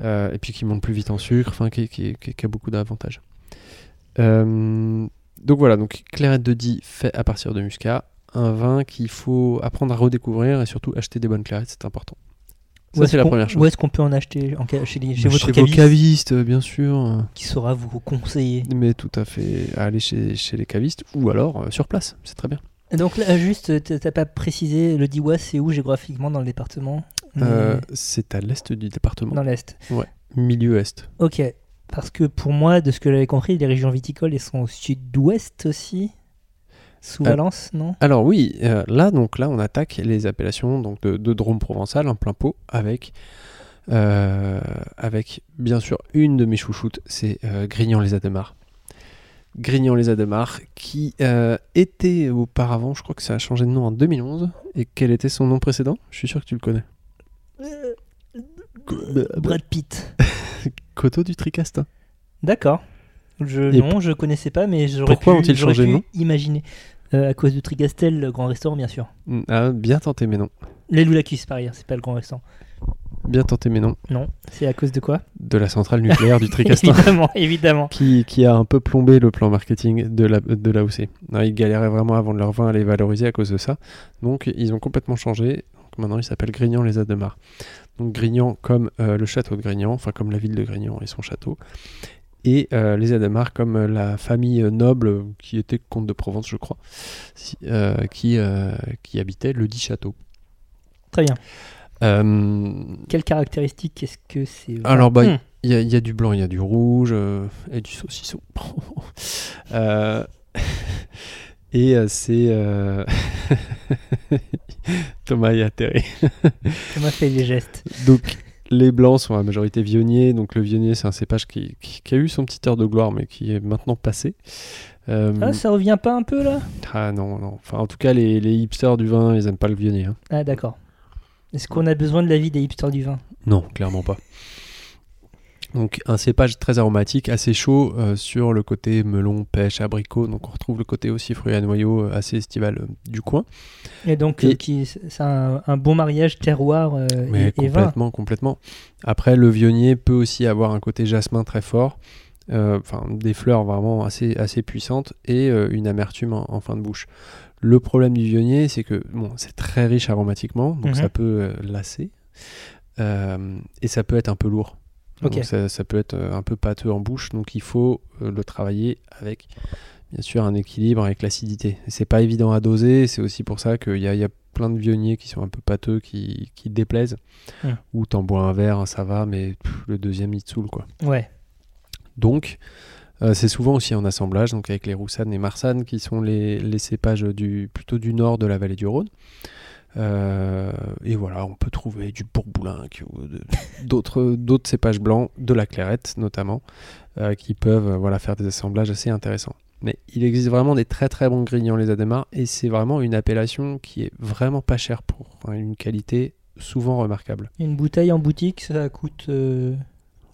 [SPEAKER 2] Euh, et puis qui monte plus vite en sucre, enfin qui, qui- qui- qui a beaucoup d'avantages. Euh, donc voilà, donc clairette de Die fait à partir de muscat, un vin qu'il faut apprendre à redécouvrir et surtout acheter des bonnes clarettes, c'est important.
[SPEAKER 3] Où
[SPEAKER 2] Ça
[SPEAKER 3] est-ce
[SPEAKER 2] c'est la
[SPEAKER 3] qu'on-
[SPEAKER 2] première chose.
[SPEAKER 3] Où est-ce qu'on peut en acheter en ca- chez, les- chez
[SPEAKER 2] Bah,
[SPEAKER 3] votre
[SPEAKER 2] vos
[SPEAKER 3] caviste
[SPEAKER 2] cavistes, euh, bien sûr.
[SPEAKER 3] qui saura vous conseiller.
[SPEAKER 2] Mais tout à fait, à aller chez, chez les cavistes ou alors euh, sur place, c'est très bien.
[SPEAKER 3] Et Donc là, juste, t- t'as pas précisé, le Diwa, c'est où géographiquement dans le département Mais
[SPEAKER 2] Euh, c'est à l'est du département,
[SPEAKER 3] Dans l'Est.
[SPEAKER 2] milieu est.
[SPEAKER 3] Ok, parce que pour moi, de ce que j'avais compris, les régions viticoles, elles sont au sud-ouest aussi Sous
[SPEAKER 2] Euh,
[SPEAKER 3] Valence, non
[SPEAKER 2] Alors oui, euh, là donc là on attaque les appellations donc de, de Drôme provençal en plein pot avec euh, avec bien sûr une de mes chouchoutes, c'est euh, les Ademars. Grignan les Ademars qui euh, était auparavant, je crois que ça a changé de nom en 2011 et quel était son nom précédent Je suis sûr que tu le connais.
[SPEAKER 3] Euh,
[SPEAKER 2] Euh,
[SPEAKER 3] Brad Pitt.
[SPEAKER 2] Coteau du Tricastin.
[SPEAKER 3] D'accord. Je,
[SPEAKER 2] Et
[SPEAKER 3] non, je connaissais pas, mais j'aurais pu,
[SPEAKER 2] Pourquoi ont-ils
[SPEAKER 3] j'aurais
[SPEAKER 2] changé de
[SPEAKER 3] pu
[SPEAKER 2] nom
[SPEAKER 3] imaginer. Euh, à cause du Trigastel, le grand restaurant, bien sûr.
[SPEAKER 2] Mm, Ah, bien tenté mais non.
[SPEAKER 3] Les Loulacus, par ailleurs, c'est pas le grand restaurant.
[SPEAKER 2] Bien tenté, mais non.
[SPEAKER 3] Non, c'est à cause de quoi
[SPEAKER 2] De la centrale nucléaire du Tricastin.
[SPEAKER 3] Évidemment, évidemment.
[SPEAKER 2] Qui, qui a un peu plombé le plan marketing de la, de l'AOC. Non, Ils galéraient vraiment à vendre leur vin, à les valoriser à cause de ça. Donc ils ont complètement changé. Donc, maintenant ils s'appellent Grignan les Ademars. Donc Grignan comme euh, le château de Grignan, enfin comme la ville de Grignan et son château. Et euh, les Ademars comme euh, la famille euh, noble qui était comte de Provence, je crois, si- euh, qui, euh, qui habitait le dit château.
[SPEAKER 3] Très bien.
[SPEAKER 2] Euh,
[SPEAKER 3] Quelle caractéristique est-ce que c'est
[SPEAKER 2] Alors, bah,
[SPEAKER 3] Hmm.
[SPEAKER 2] Il y, a- il y a du blanc, il y a du rouge euh, et du saucisson. Euh, et euh, c'est. euh, Thomas est atterré.
[SPEAKER 3] Thomas fait les gestes.
[SPEAKER 2] Donc, les blancs sont à majorité vionnier. Donc, le vionnier, c'est un cépage qui, qui- qui a eu son petit heure de gloire, mais qui est maintenant passé. Euh,
[SPEAKER 3] Ah, ça revient pas un peu là
[SPEAKER 2] ah non, non. Enfin, en tout cas, les, les hipsters du vin, ils aiment pas le vionnier. hein.
[SPEAKER 3] Ah, d'accord. Est-ce qu'on a besoin de l'avis des hipsters du vin
[SPEAKER 2] Non, clairement pas. Donc un cépage très aromatique, assez chaud euh, sur le côté melon, pêche, abricot. Donc on retrouve le côté aussi fruit à noyaux euh, assez estival euh, du coin.
[SPEAKER 3] Et donc,
[SPEAKER 2] Et-
[SPEAKER 3] euh, qui, c'est un, un bon mariage terroir euh,
[SPEAKER 2] Mais
[SPEAKER 3] et, et vin.
[SPEAKER 2] complètement, complètement. Après le vionnier peut aussi avoir un côté jasmin très fort. euh, Enfin des fleurs vraiment assez, assez puissantes et euh, une amertume en, en fin de bouche. Le problème du vionnier, c'est que bon, c'est très riche aromatiquement, donc
[SPEAKER 3] Mhm.
[SPEAKER 2] ça peut euh, lasser. Euh, et ça peut être un peu lourd.
[SPEAKER 3] Ok.
[SPEAKER 2] Donc ça, ça peut être euh, un peu pâteux en bouche, donc il faut euh, le travailler avec bien sûr un équilibre avec l'acidité. Et C'est pas évident à doser, c'est aussi pour ça qu'il y a, il y a plein de vionniers qui sont un peu pâteux, qui, qui déplaisent,
[SPEAKER 3] Hmm.
[SPEAKER 2] ou hein, t'en bois un verre, ça va, mais pff, le deuxième il te saoule quoi.
[SPEAKER 3] Ouais.
[SPEAKER 2] Donc Euh, c'est souvent aussi en assemblage, donc avec les roussanes et marsanes, qui sont les, les cépages du, plutôt du nord de la vallée du Rhône. Euh, et voilà, on peut trouver du bourboulinque ou de- d'autres d'autres cépages blancs, de la clairette notamment, euh, qui peuvent euh, voilà, faire des assemblages assez intéressants. Mais il existe vraiment des très très bons grignons les Adémars et c'est vraiment une appellation qui est vraiment pas chère pour hein, une qualité souvent remarquable.
[SPEAKER 3] Une bouteille en boutique, ça coûte euh,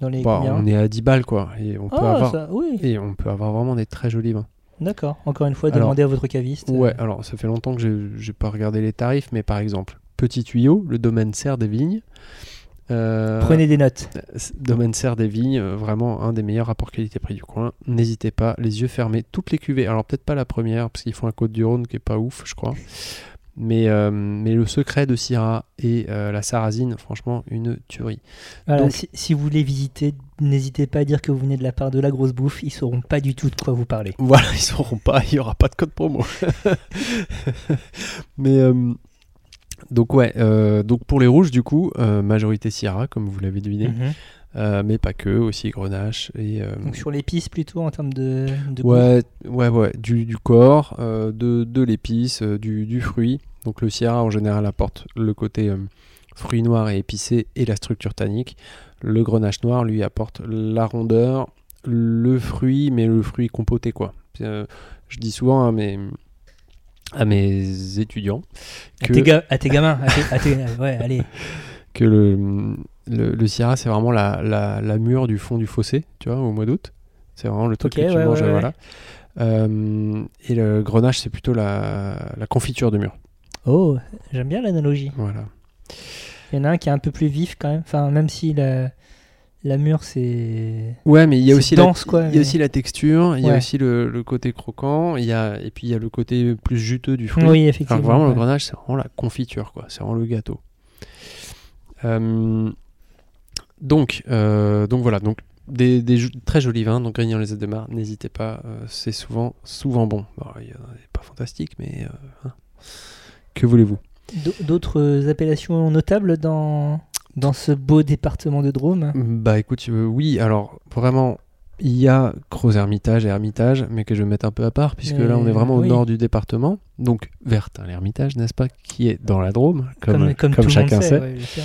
[SPEAKER 3] dans les
[SPEAKER 2] Bah,
[SPEAKER 3] combien
[SPEAKER 2] on est à 10 balles quoi et on peut
[SPEAKER 3] Ah,
[SPEAKER 2] avoir
[SPEAKER 3] ça, oui,
[SPEAKER 2] et on peut avoir vraiment des très jolis vins.
[SPEAKER 3] d'accord. Encore une fois,
[SPEAKER 2] Alors,
[SPEAKER 3] demandez à votre caviste.
[SPEAKER 2] Ouais, alors ça fait longtemps que j'ai- j'ai pas regardé les tarifs, mais par exemple, Petit Tuyau, le domaine serre des vignes. euh,
[SPEAKER 3] Prenez des notes.
[SPEAKER 2] S- Domaine Serre des Vignes, euh, vraiment un des meilleurs rapports qualité-prix du coin. N'hésitez pas, les yeux fermés, toutes les cuvées. Alors peut-être pas la première, parce qu'ils font un Côte du Rhône qui est pas ouf, je crois. Mais, euh, mais le secret de Syrah et euh, la Sarrasine, franchement, une tuerie.
[SPEAKER 3] Voilà,
[SPEAKER 2] donc-
[SPEAKER 3] si, si vous voulez visiter, n'hésitez pas à dire que vous venez de la part de la grosse bouffe. Ils sauront pas du tout de quoi vous parler.
[SPEAKER 2] Voilà, ils sauront pas, il y aura pas de code promo. mais euh, donc ouais, euh, donc pour les rouges du coup, euh, majorité Syrah, comme vous l'avez deviné,
[SPEAKER 3] Mhm.
[SPEAKER 2] Euh, mais pas que, aussi Grenache et euh,
[SPEAKER 3] Donc sur l'épice plutôt en termes de, de goût.
[SPEAKER 2] Ouais, ouais, ouais, du, du corps, euh, de, de l'épice, euh, du, du fruit. Donc le Sierra en général apporte le côté euh, fruit noir et épicé et la structure tannique. Le grenache noir lui apporte la rondeur, le fruit, mais le fruit compoté quoi. Euh, je dis souvent à mes, à mes étudiants
[SPEAKER 3] à, tes ga- à tes gamins. à tes- à tes- ouais, allez.
[SPEAKER 2] que le, le, le Sierra, c'est vraiment la, la, la mûre du fond du fossé, tu vois, au mois d'août. C'est vraiment le truc
[SPEAKER 3] Ok,
[SPEAKER 2] que tu
[SPEAKER 3] ouais,
[SPEAKER 2] manges,
[SPEAKER 3] ouais, ouais.
[SPEAKER 2] voilà. Euh, et le grenache, c'est plutôt la, la confiture de mûre.
[SPEAKER 3] Oh, j'aime bien l'analogie.
[SPEAKER 2] Voilà.
[SPEAKER 3] Il y en a un qui est un peu plus vif quand même. Enfin, même si la, la mûre, c'est.
[SPEAKER 2] Ouais, mais il y a
[SPEAKER 3] C'est
[SPEAKER 2] aussi
[SPEAKER 3] dense,
[SPEAKER 2] la,
[SPEAKER 3] quoi,
[SPEAKER 2] il y a
[SPEAKER 3] mais-
[SPEAKER 2] aussi la texture, il y a
[SPEAKER 3] Ouais.
[SPEAKER 2] aussi le, le côté croquant, il y a et puis il y a le côté plus juteux du fruit.
[SPEAKER 3] Oui,
[SPEAKER 2] Alors
[SPEAKER 3] effectivement.
[SPEAKER 2] vraiment, le
[SPEAKER 3] ouais.
[SPEAKER 2] grenache, c'est vraiment la confiture, quoi. C'est vraiment le gâteau. Euh, donc, euh, donc voilà, donc des, des jo- très jolis vins, donc Grignan les Ademar, n'hésitez pas, euh, c'est souvent, souvent bon. Bon, il y en a des pas fantastique, mais euh, hein. que voulez-vous
[SPEAKER 3] D'au- D'autres appellations notables dans, dans ce beau département de Drôme
[SPEAKER 2] Bah écoute, euh, oui, alors vraiment, il y a Gros Hermitage et Hermitage, mais que je vais mettre un peu à part, puisque là on est
[SPEAKER 3] Mais,
[SPEAKER 2] vraiment au
[SPEAKER 3] oui.
[SPEAKER 2] nord du département, donc Vertin l'Hermitage, n'est-ce pas, qui est dans la Drôme, comme, comme,
[SPEAKER 3] tout le monde
[SPEAKER 2] chacun sait.
[SPEAKER 3] ouais, bien sûr.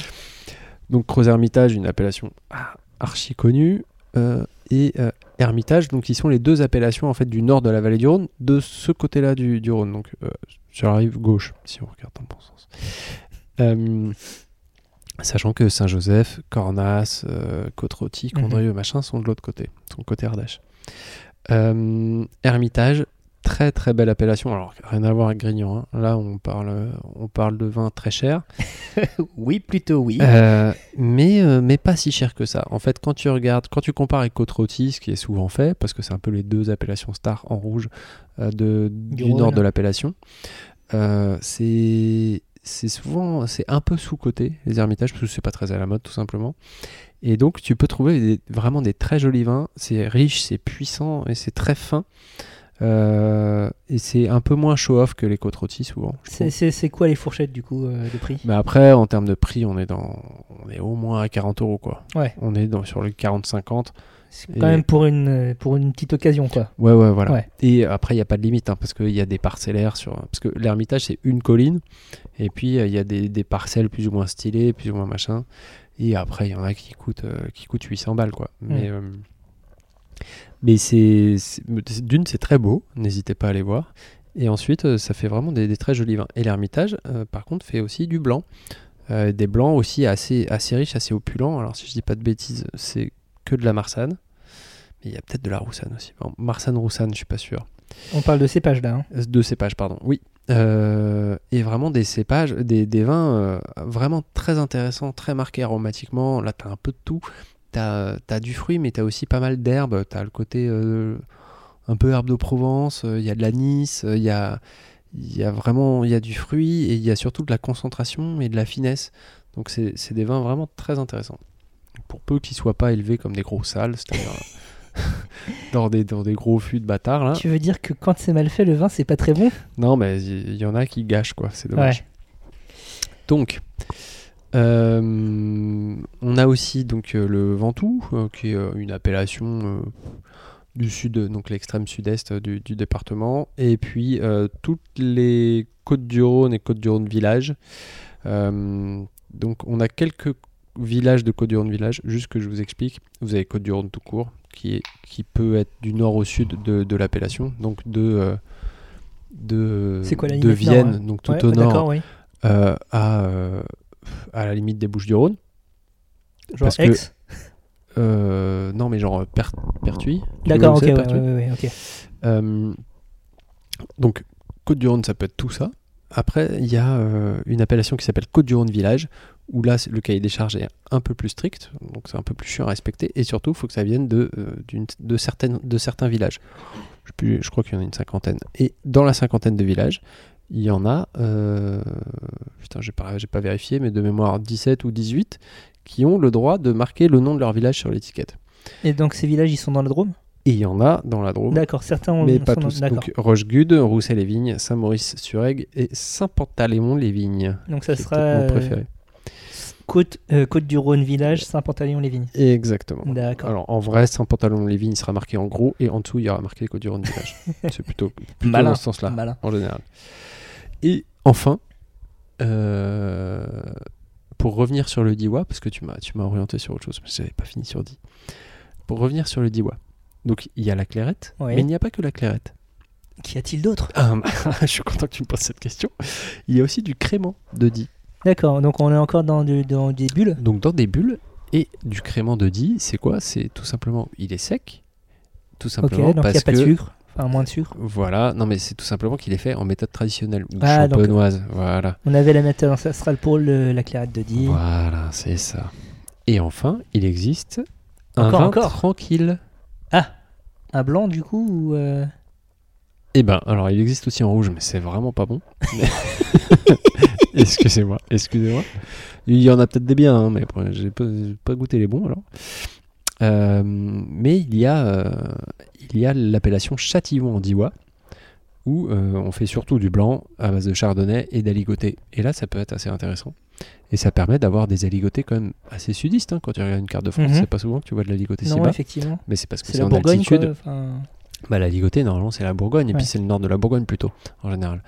[SPEAKER 2] Donc Creuse Hermitage, une appellation ah, archi connue, euh, et euh, Hermitage, donc qui sont les deux appellations en fait du nord de la vallée du Rhône, de ce côté-là du, du Rhône, donc euh, sur la rive gauche, si on regarde dans le bon sens. Euh, sachant que Saint-Joseph, Cornas, euh, Côte-Rôtie, Condrieu, machin, sont de l'autre côté, sont côté Ardèche. Euh, Hermitage, très très belle appellation. Alors rien à voir avec Grignan. hein. Là, on parle, on parle de vin très cher.
[SPEAKER 3] Oui, plutôt oui.
[SPEAKER 2] Euh, mais, euh, mais pas si cher que ça. En fait, quand tu regardes, quand tu compares avec Côte Rôtie, ce qui est souvent fait, parce que c'est un peu les deux appellations stars en rouge euh, de, du
[SPEAKER 3] Rhône.
[SPEAKER 2] nord de l'appellation, euh, c'est c'est souvent c'est un peu sous-côté les ermitages parce que c'est pas très à la mode tout simplement et donc tu peux trouver des- vraiment des très jolis vins c'est riche c'est puissant et c'est très fin Euh, et c'est un peu moins show-off que les côtes rôties souvent je trouve.
[SPEAKER 3] C'est- C'est c'est quoi les fourchettes du coup euh, de prix
[SPEAKER 2] Mais après, en termes de prix, on est dans, on est au moins à 40 euros quoi.
[SPEAKER 3] Ouais.
[SPEAKER 2] On est dans sur le 40-50.
[SPEAKER 3] C'est
[SPEAKER 2] et-
[SPEAKER 3] quand même pour une, pour une petite occasion quoi.
[SPEAKER 2] Ouais, ouais, voilà.
[SPEAKER 3] Ouais.
[SPEAKER 2] Et après, il n'y a pas de limite hein, parce qu'il y a des parcellaires sur, parce que l'Ermitage c'est une colline et puis euh, il y a des, des parcelles plus ou moins stylées, plus ou moins machin. Et après, il y en a qui coûtent, euh, qui coûtent 800 balles quoi.
[SPEAKER 3] Mm.
[SPEAKER 2] Mais euh, mais c'est c'est- d'une, c'est très beau. N'hésitez pas à aller voir. Et ensuite, euh, ça fait vraiment des, des très jolis vins. Et l'Ermitage, euh, par contre, fait aussi du blanc. Euh, des blancs aussi assez, assez riches, assez opulents. Alors, si je dis pas de bêtises, c'est que de la Marsanne. Mais il y a peut-être de la Roussanne aussi. Bon, Marsanne-Roussanne, je suis pas sûr.
[SPEAKER 3] On parle de cépages là. hein.
[SPEAKER 2] Euh, De cépages, pardon. Oui. Euh, et vraiment des cépages, des, des vins euh, vraiment très intéressants, très marqués aromatiquement. Là, t'as un peu de tout. T'as euh, t'as du fruit, mais t'as aussi pas mal d'herbes. T'as le côté euh, un peu herbe de Provence. euh, Il y a de l'anis. euh, Il y a, il y a vraiment il y a du fruit et il y a surtout de la concentration et de la finesse. Donc, c'est c'est des vins vraiment très intéressants. Pour peu qu'ils soient pas élevés comme des gros salles, c'est-à-dire euh, dans, des, dans des gros fûts de bâtards. Là.
[SPEAKER 3] Tu veux dire que quand c'est mal fait, le vin c'est pas très bon
[SPEAKER 2] Non, mais il y, y en a qui gâchent, quoi. C'est dommage. Donc, euh, on a aussi donc euh, le Ventoux, euh, qui est euh, une appellation euh, du sud, donc l'extrême sud-est euh, du, du département, et puis euh, toutes les côtes du Rhône et côtes du Rhône village. Euh, donc on a quelques villages de côtes du Rhône village, juste que je vous explique. Vous avez côtes du Rhône tout court, qui, est, qui peut être du nord au sud de, de l'appellation, donc de, euh, de,
[SPEAKER 3] C'est quoi la
[SPEAKER 2] de
[SPEAKER 3] limite nord,
[SPEAKER 2] Vienne,
[SPEAKER 3] ouais
[SPEAKER 2] donc tout
[SPEAKER 3] Ouais,
[SPEAKER 2] au
[SPEAKER 3] ouais,
[SPEAKER 2] nord,
[SPEAKER 3] D'accord, oui.
[SPEAKER 2] euh, à, euh, à la limite des Bouches du Rhône.
[SPEAKER 3] Genre
[SPEAKER 2] Parce que-
[SPEAKER 3] ex.
[SPEAKER 2] Euh, non, mais genre euh, Per- Pertuis. Tu vois où
[SPEAKER 3] D'accord, ok,
[SPEAKER 2] c'est,
[SPEAKER 3] ouais,
[SPEAKER 2] Pertuis
[SPEAKER 3] ouais, ouais, ok.
[SPEAKER 2] Euh, donc, Côte du Rhône, ça peut être tout ça. Après, il y a euh, une appellation qui s'appelle Côte du Rhône Village, où là, c'est- le cahier des charges est un peu plus strict, donc c'est un peu plus chiant à respecter, et surtout, il faut que ça vienne de, euh, d'une- de, certaines, de certains villages. Je, sais plus, je crois qu'il y en a une cinquantaine. Et dans la cinquantaine de villages, il y en a, euh, putain, j'ai pas, j'ai pas vérifié, mais de mémoire 17 ou 18 qui ont le droit de marquer le nom de leur village sur l'étiquette.
[SPEAKER 3] Et donc ces villages, ils sont dans la Drôme
[SPEAKER 2] Et il y en a dans la Drôme,
[SPEAKER 3] D'accord, certains ont-
[SPEAKER 2] mais
[SPEAKER 3] sont
[SPEAKER 2] pas
[SPEAKER 3] dans-
[SPEAKER 2] tous.
[SPEAKER 3] D'accord.
[SPEAKER 2] Donc Rochegude, Roussel-les-Vignes, Saint-Maurice-sur-Aigle et Saint-Pantaléon-les-Vignes.
[SPEAKER 3] Donc ça
[SPEAKER 2] qui est
[SPEAKER 3] sera
[SPEAKER 2] peut-être mon
[SPEAKER 3] euh,
[SPEAKER 2] préféré.
[SPEAKER 3] Côte, euh, Côte du Rhône village, Saint-Pantaléon-les-Vignes.
[SPEAKER 2] Exactement.
[SPEAKER 3] D'accord.
[SPEAKER 2] Alors en vrai, Saint-Pantaléon-les-Vignes sera marqué en gros et en dessous il y aura marqué Côte du Rhône village. C'est plutôt, Ah, plutôt
[SPEAKER 3] Malin.
[SPEAKER 2] dans ce sens-là
[SPEAKER 3] Malin.
[SPEAKER 2] en général. Et enfin, euh, pour revenir sur le Diwa, parce que tu m'as tu m'as orienté sur autre chose, mais j'avais pas fini sur Di. Pour revenir sur le Diwa. Donc il y a la clairette,
[SPEAKER 3] Oui.
[SPEAKER 2] mais il n'y a pas que la clairette.
[SPEAKER 3] Qu'y a-t-il d'autre
[SPEAKER 2] Ah, je suis content que tu me poses cette question. Il y a aussi du crément de Die.
[SPEAKER 3] D'accord, donc on est encore dans, du- dans des bulles.
[SPEAKER 2] Donc dans des bulles, et du crément de Die, c'est quoi C'est tout simplement, il est sec, tout
[SPEAKER 3] Ok,
[SPEAKER 2] simplement
[SPEAKER 3] donc il n'y
[SPEAKER 2] parce
[SPEAKER 3] a pas
[SPEAKER 2] que...
[SPEAKER 3] de sucre, enfin moins de sucre.
[SPEAKER 2] Voilà, non mais c'est tout simplement qu'il est fait en méthode traditionnelle ou
[SPEAKER 3] Ah, donc-
[SPEAKER 2] champenoise. Voilà,
[SPEAKER 3] On avait la méthode ancestrale pour le- la clarette de Die.
[SPEAKER 2] voilà, c'est ça. Et enfin, il existe un
[SPEAKER 3] Encore,
[SPEAKER 2] vin
[SPEAKER 3] encore.
[SPEAKER 2] tranquille.
[SPEAKER 3] Un blanc du coup ou euh,
[SPEAKER 2] Eh ben, alors il existe aussi en rouge, mais c'est vraiment pas bon. Mais- excusez-moi, excusez-moi. Il y en a peut-être des biens, hein, mais après, j'ai pas, j'ai pas goûté les bons alors. Euh,
[SPEAKER 3] Mhm.
[SPEAKER 2] mais il y a, euh, il y a l'appellation châtillon en Diois, où euh, on fait surtout du blanc à base de chardonnay et d'aligoté. Et là, ça peut être assez intéressant. Et ça permet d'avoir des aligotés quand même assez sudistes. hein, quand tu regardes une carte de France,
[SPEAKER 3] Mhm.
[SPEAKER 2] c'est pas souvent que tu vois de l'aligoté si
[SPEAKER 3] Non,
[SPEAKER 2] bas.
[SPEAKER 3] effectivement.
[SPEAKER 2] Mais c'est parce que
[SPEAKER 3] C'est
[SPEAKER 2] c'est
[SPEAKER 3] la
[SPEAKER 2] en
[SPEAKER 3] Bourgogne
[SPEAKER 2] altitude.
[SPEAKER 3] quoi. enfin,
[SPEAKER 2] Bah, la ligotée, normalement, c'est la Bourgogne, et
[SPEAKER 3] Ouais.
[SPEAKER 2] puis c'est le nord de la Bourgogne plutôt, en général.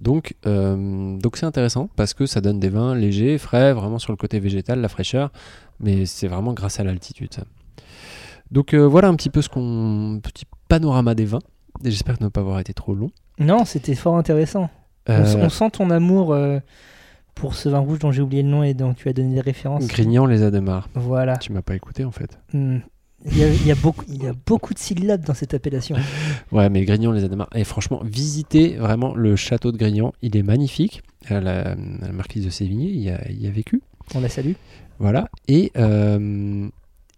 [SPEAKER 2] Donc, euh, donc c'est intéressant parce que ça donne des vins légers, frais, vraiment sur le côté végétal, la fraîcheur, mais c'est vraiment grâce à l'altitude. ça. Donc euh, voilà un petit peu ce qu'on petit panorama des vins. Et J'espère ne pas avoir été trop long.
[SPEAKER 3] Non, c'était fort intéressant. On, s-
[SPEAKER 2] Euh,
[SPEAKER 3] on sent ton amour euh, pour ce vin rouge dont j'ai oublié le nom et dont tu as donné des références.
[SPEAKER 2] Grignan les Ademar.
[SPEAKER 3] Voilà.
[SPEAKER 2] Tu m'as pas écouté en fait.
[SPEAKER 3] Hmm. Il y, a, il y a beaucoup, il y a beaucoup de syllabes dans cette appellation.
[SPEAKER 2] Ouais, mais Grignan les Ademar. Et franchement, visitez vraiment le château de Grignan. Il est magnifique. Euh, La, la marquise de Sévigné y a- y a vécu.
[SPEAKER 3] On la salue.
[SPEAKER 2] Voilà. Et, euh,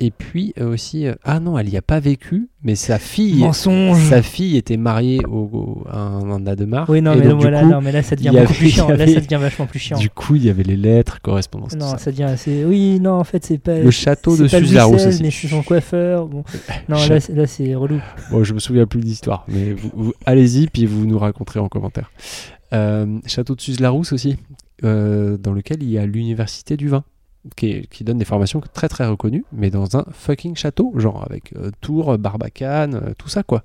[SPEAKER 2] et puis euh, aussi, euh, ah non, elle n'y a pas vécu, mais sa fille,
[SPEAKER 3] Mensonge.
[SPEAKER 2] sa fille était mariée au, au- à un, un Ademar.
[SPEAKER 3] Oui, non,
[SPEAKER 2] Et
[SPEAKER 3] mais,
[SPEAKER 2] donc,
[SPEAKER 3] non,
[SPEAKER 2] du
[SPEAKER 3] voilà,
[SPEAKER 2] coup,
[SPEAKER 3] non, mais là ça devient
[SPEAKER 2] il y
[SPEAKER 3] beaucoup
[SPEAKER 2] avait-
[SPEAKER 3] plus chiant.
[SPEAKER 2] il y
[SPEAKER 3] Là ça
[SPEAKER 2] avait-
[SPEAKER 3] devient vachement plus chiant.
[SPEAKER 2] Du coup, il y avait les lettres, correspondances. tout
[SPEAKER 3] Non,
[SPEAKER 2] ça.
[SPEAKER 3] ça devient assez. Oui, non, en fait, c'est pas.
[SPEAKER 2] Le château
[SPEAKER 3] Euh, c'est
[SPEAKER 2] de
[SPEAKER 3] pas
[SPEAKER 2] Suze
[SPEAKER 3] Louis
[SPEAKER 2] Larousse
[SPEAKER 3] XVI,
[SPEAKER 2] aussi.
[SPEAKER 3] mais c'est son coiffeur. Bon. Non,
[SPEAKER 2] Château-
[SPEAKER 3] là, c'est- là, c'est relou.
[SPEAKER 2] Bon, je me souviens plus de l'histoire, mais vous, vous- allez-y, puis vous nous raconterez en commentaire. Euh, Château de Suze-la-Rousse aussi, euh, dans lequel il y a l'université du vin, qui, est- qui donne des formations très très reconnues, mais dans un fucking château, genre avec euh, tour, barbacane, euh, tout ça quoi.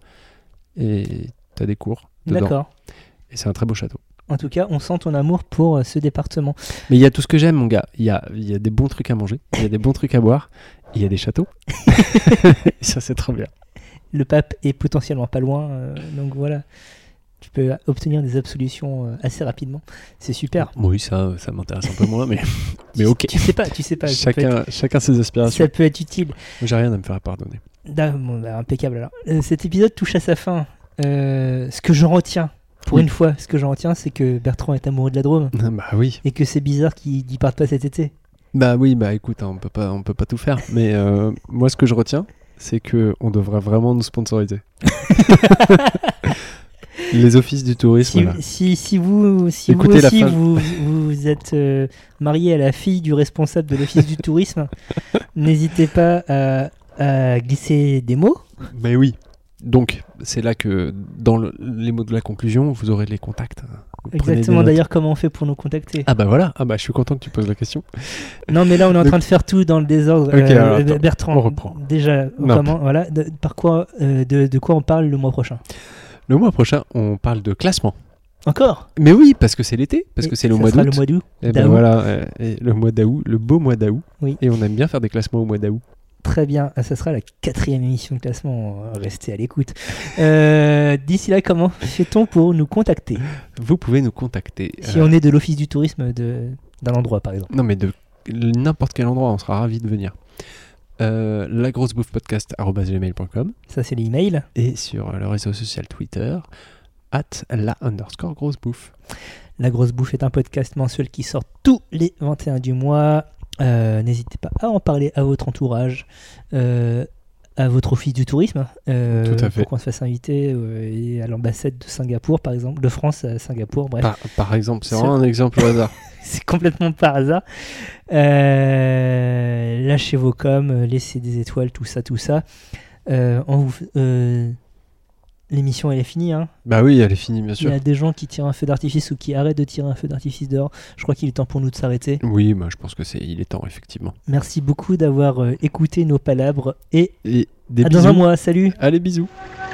[SPEAKER 2] Et t'as des cours dedans.
[SPEAKER 3] D'accord.
[SPEAKER 2] Et c'est un très beau château.
[SPEAKER 3] En tout cas, on sent ton amour pour euh, ce département.
[SPEAKER 2] Mais il y a tout ce que j'aime, mon gars. Il y a, il y a des bons trucs à manger, il y a des bons trucs à boire, il y a des châteaux. ça, c'est trop bien.
[SPEAKER 3] Le pape est potentiellement pas loin, euh, donc voilà. Tu peux obtenir des absolutions euh, assez rapidement. C'est super.
[SPEAKER 2] Oui, ça, ça m'intéresse un peu moins, mais, mais ok.
[SPEAKER 3] Tu sais pas, tu sais pas. ça peut
[SPEAKER 2] chacun, chacun ses
[SPEAKER 3] être-
[SPEAKER 2] aspirations.
[SPEAKER 3] ça peut être utile.
[SPEAKER 2] J'ai rien à me faire pardonner.
[SPEAKER 3] Da- bon, bah, impeccable alors. Euh, cet épisode touche à sa fin. Euh, ce que j'en retiens, pour
[SPEAKER 2] Oui.
[SPEAKER 3] une fois, ce que j'en retiens, c'est que Bertrand est amoureux de la Drôme
[SPEAKER 2] bah oui.
[SPEAKER 3] et que c'est bizarre qu'il n'y parte pas cet été.
[SPEAKER 2] Bah oui, bah écoute, hein, on peut pas, on peut pas tout faire. Mais euh, moi, ce que je retiens, c'est que on devrait vraiment nous sponsoriser. Les offices du tourisme.
[SPEAKER 3] Si,
[SPEAKER 2] là.
[SPEAKER 3] si, si vous, si vous
[SPEAKER 2] Écoutez la
[SPEAKER 3] aussi
[SPEAKER 2] femme.
[SPEAKER 3] vous, vous êtes euh, marié à la fille du responsable de l'office du tourisme, n'hésitez pas à, à glisser des mots
[SPEAKER 2] Mais Bah oui. Donc, c'est là que, dans le- les mots de la conclusion, vous aurez les contacts. Vous prenez des
[SPEAKER 3] Exactement,
[SPEAKER 2] notes.
[SPEAKER 3] d'ailleurs, comment on fait pour nous contacter
[SPEAKER 2] Ah bah voilà, ah bah, je suis content que tu poses la question.
[SPEAKER 3] Non, mais là, on est en
[SPEAKER 2] Donc-
[SPEAKER 3] train de faire tout dans le désordre. euh,
[SPEAKER 2] Ok, alors, attends,
[SPEAKER 3] Bertrand,
[SPEAKER 2] on reprend.
[SPEAKER 3] Déjà,
[SPEAKER 2] Non.
[SPEAKER 3] comment, voilà, de, par quoi, euh, de, de quoi on parle le mois prochain
[SPEAKER 2] Le mois prochain, on parle de classement.
[SPEAKER 3] Encore
[SPEAKER 2] Mais oui, parce que c'est l'été, parce
[SPEAKER 3] Et
[SPEAKER 2] que c'est le
[SPEAKER 3] ça
[SPEAKER 2] mois
[SPEAKER 3] sera
[SPEAKER 2] d'août.
[SPEAKER 3] le mois d'août.
[SPEAKER 2] Eh ben
[SPEAKER 3] d'août.
[SPEAKER 2] voilà, euh, et le mois d'août, le beau mois d'août.
[SPEAKER 3] Oui.
[SPEAKER 2] Et on aime bien faire des classements au mois d'août.
[SPEAKER 3] Très bien, Ah, ça sera la quatrième émission de classement. Restez à l'écoute. Euh, D'ici là, comment fait-on pour nous contacter
[SPEAKER 2] Vous pouvez nous contacter.
[SPEAKER 3] Si
[SPEAKER 2] euh,
[SPEAKER 3] on est de l'office du tourisme de- d'un endroit, par exemple.
[SPEAKER 2] Non mais de n'importe quel endroit, on sera ravis de venir. Euh, la grosse bouffe podcast.gmail.com
[SPEAKER 3] Ça, c'est l'email.
[SPEAKER 2] et sur le réseau social Twitter at la underscore grosse bouffe.
[SPEAKER 3] La Grosse Bouffe est un podcast mensuel qui sort tous les 21 du mois. Euh, N'hésitez pas à en parler à votre entourage, euh, à votre office du tourisme, euh,
[SPEAKER 2] Tout à fait.
[SPEAKER 3] pour qu'on se fasse inviter, euh, et à l'ambassade de Singapour, par exemple, de France à Singapour, bref.
[SPEAKER 2] Par, par exemple, c'est
[SPEAKER 3] C'est-
[SPEAKER 2] vraiment un exemple au hasard.
[SPEAKER 3] C'est complètement par hasard. Euh, lâchez vos coms, euh, laissez des étoiles, tout ça, tout ça. Euh, on vous f- euh, L'émission, elle est finie. hein.
[SPEAKER 2] Bah oui, elle est finie bien
[SPEAKER 3] Il y
[SPEAKER 2] sûr.
[SPEAKER 3] a des gens qui tirent un feu d'artifice ou qui arrêtent de tirer un feu d'artifice dehors. Je crois qu'il est temps pour nous de s'arrêter.
[SPEAKER 2] Oui, bah, je pense que c'est il est temps effectivement.
[SPEAKER 3] Merci beaucoup d'avoir euh, écouté nos palabres et
[SPEAKER 2] Et des
[SPEAKER 3] à
[SPEAKER 2] bisous.
[SPEAKER 3] Ah, dans un mois. Salut
[SPEAKER 2] Allez bisous.
[SPEAKER 4] Duvera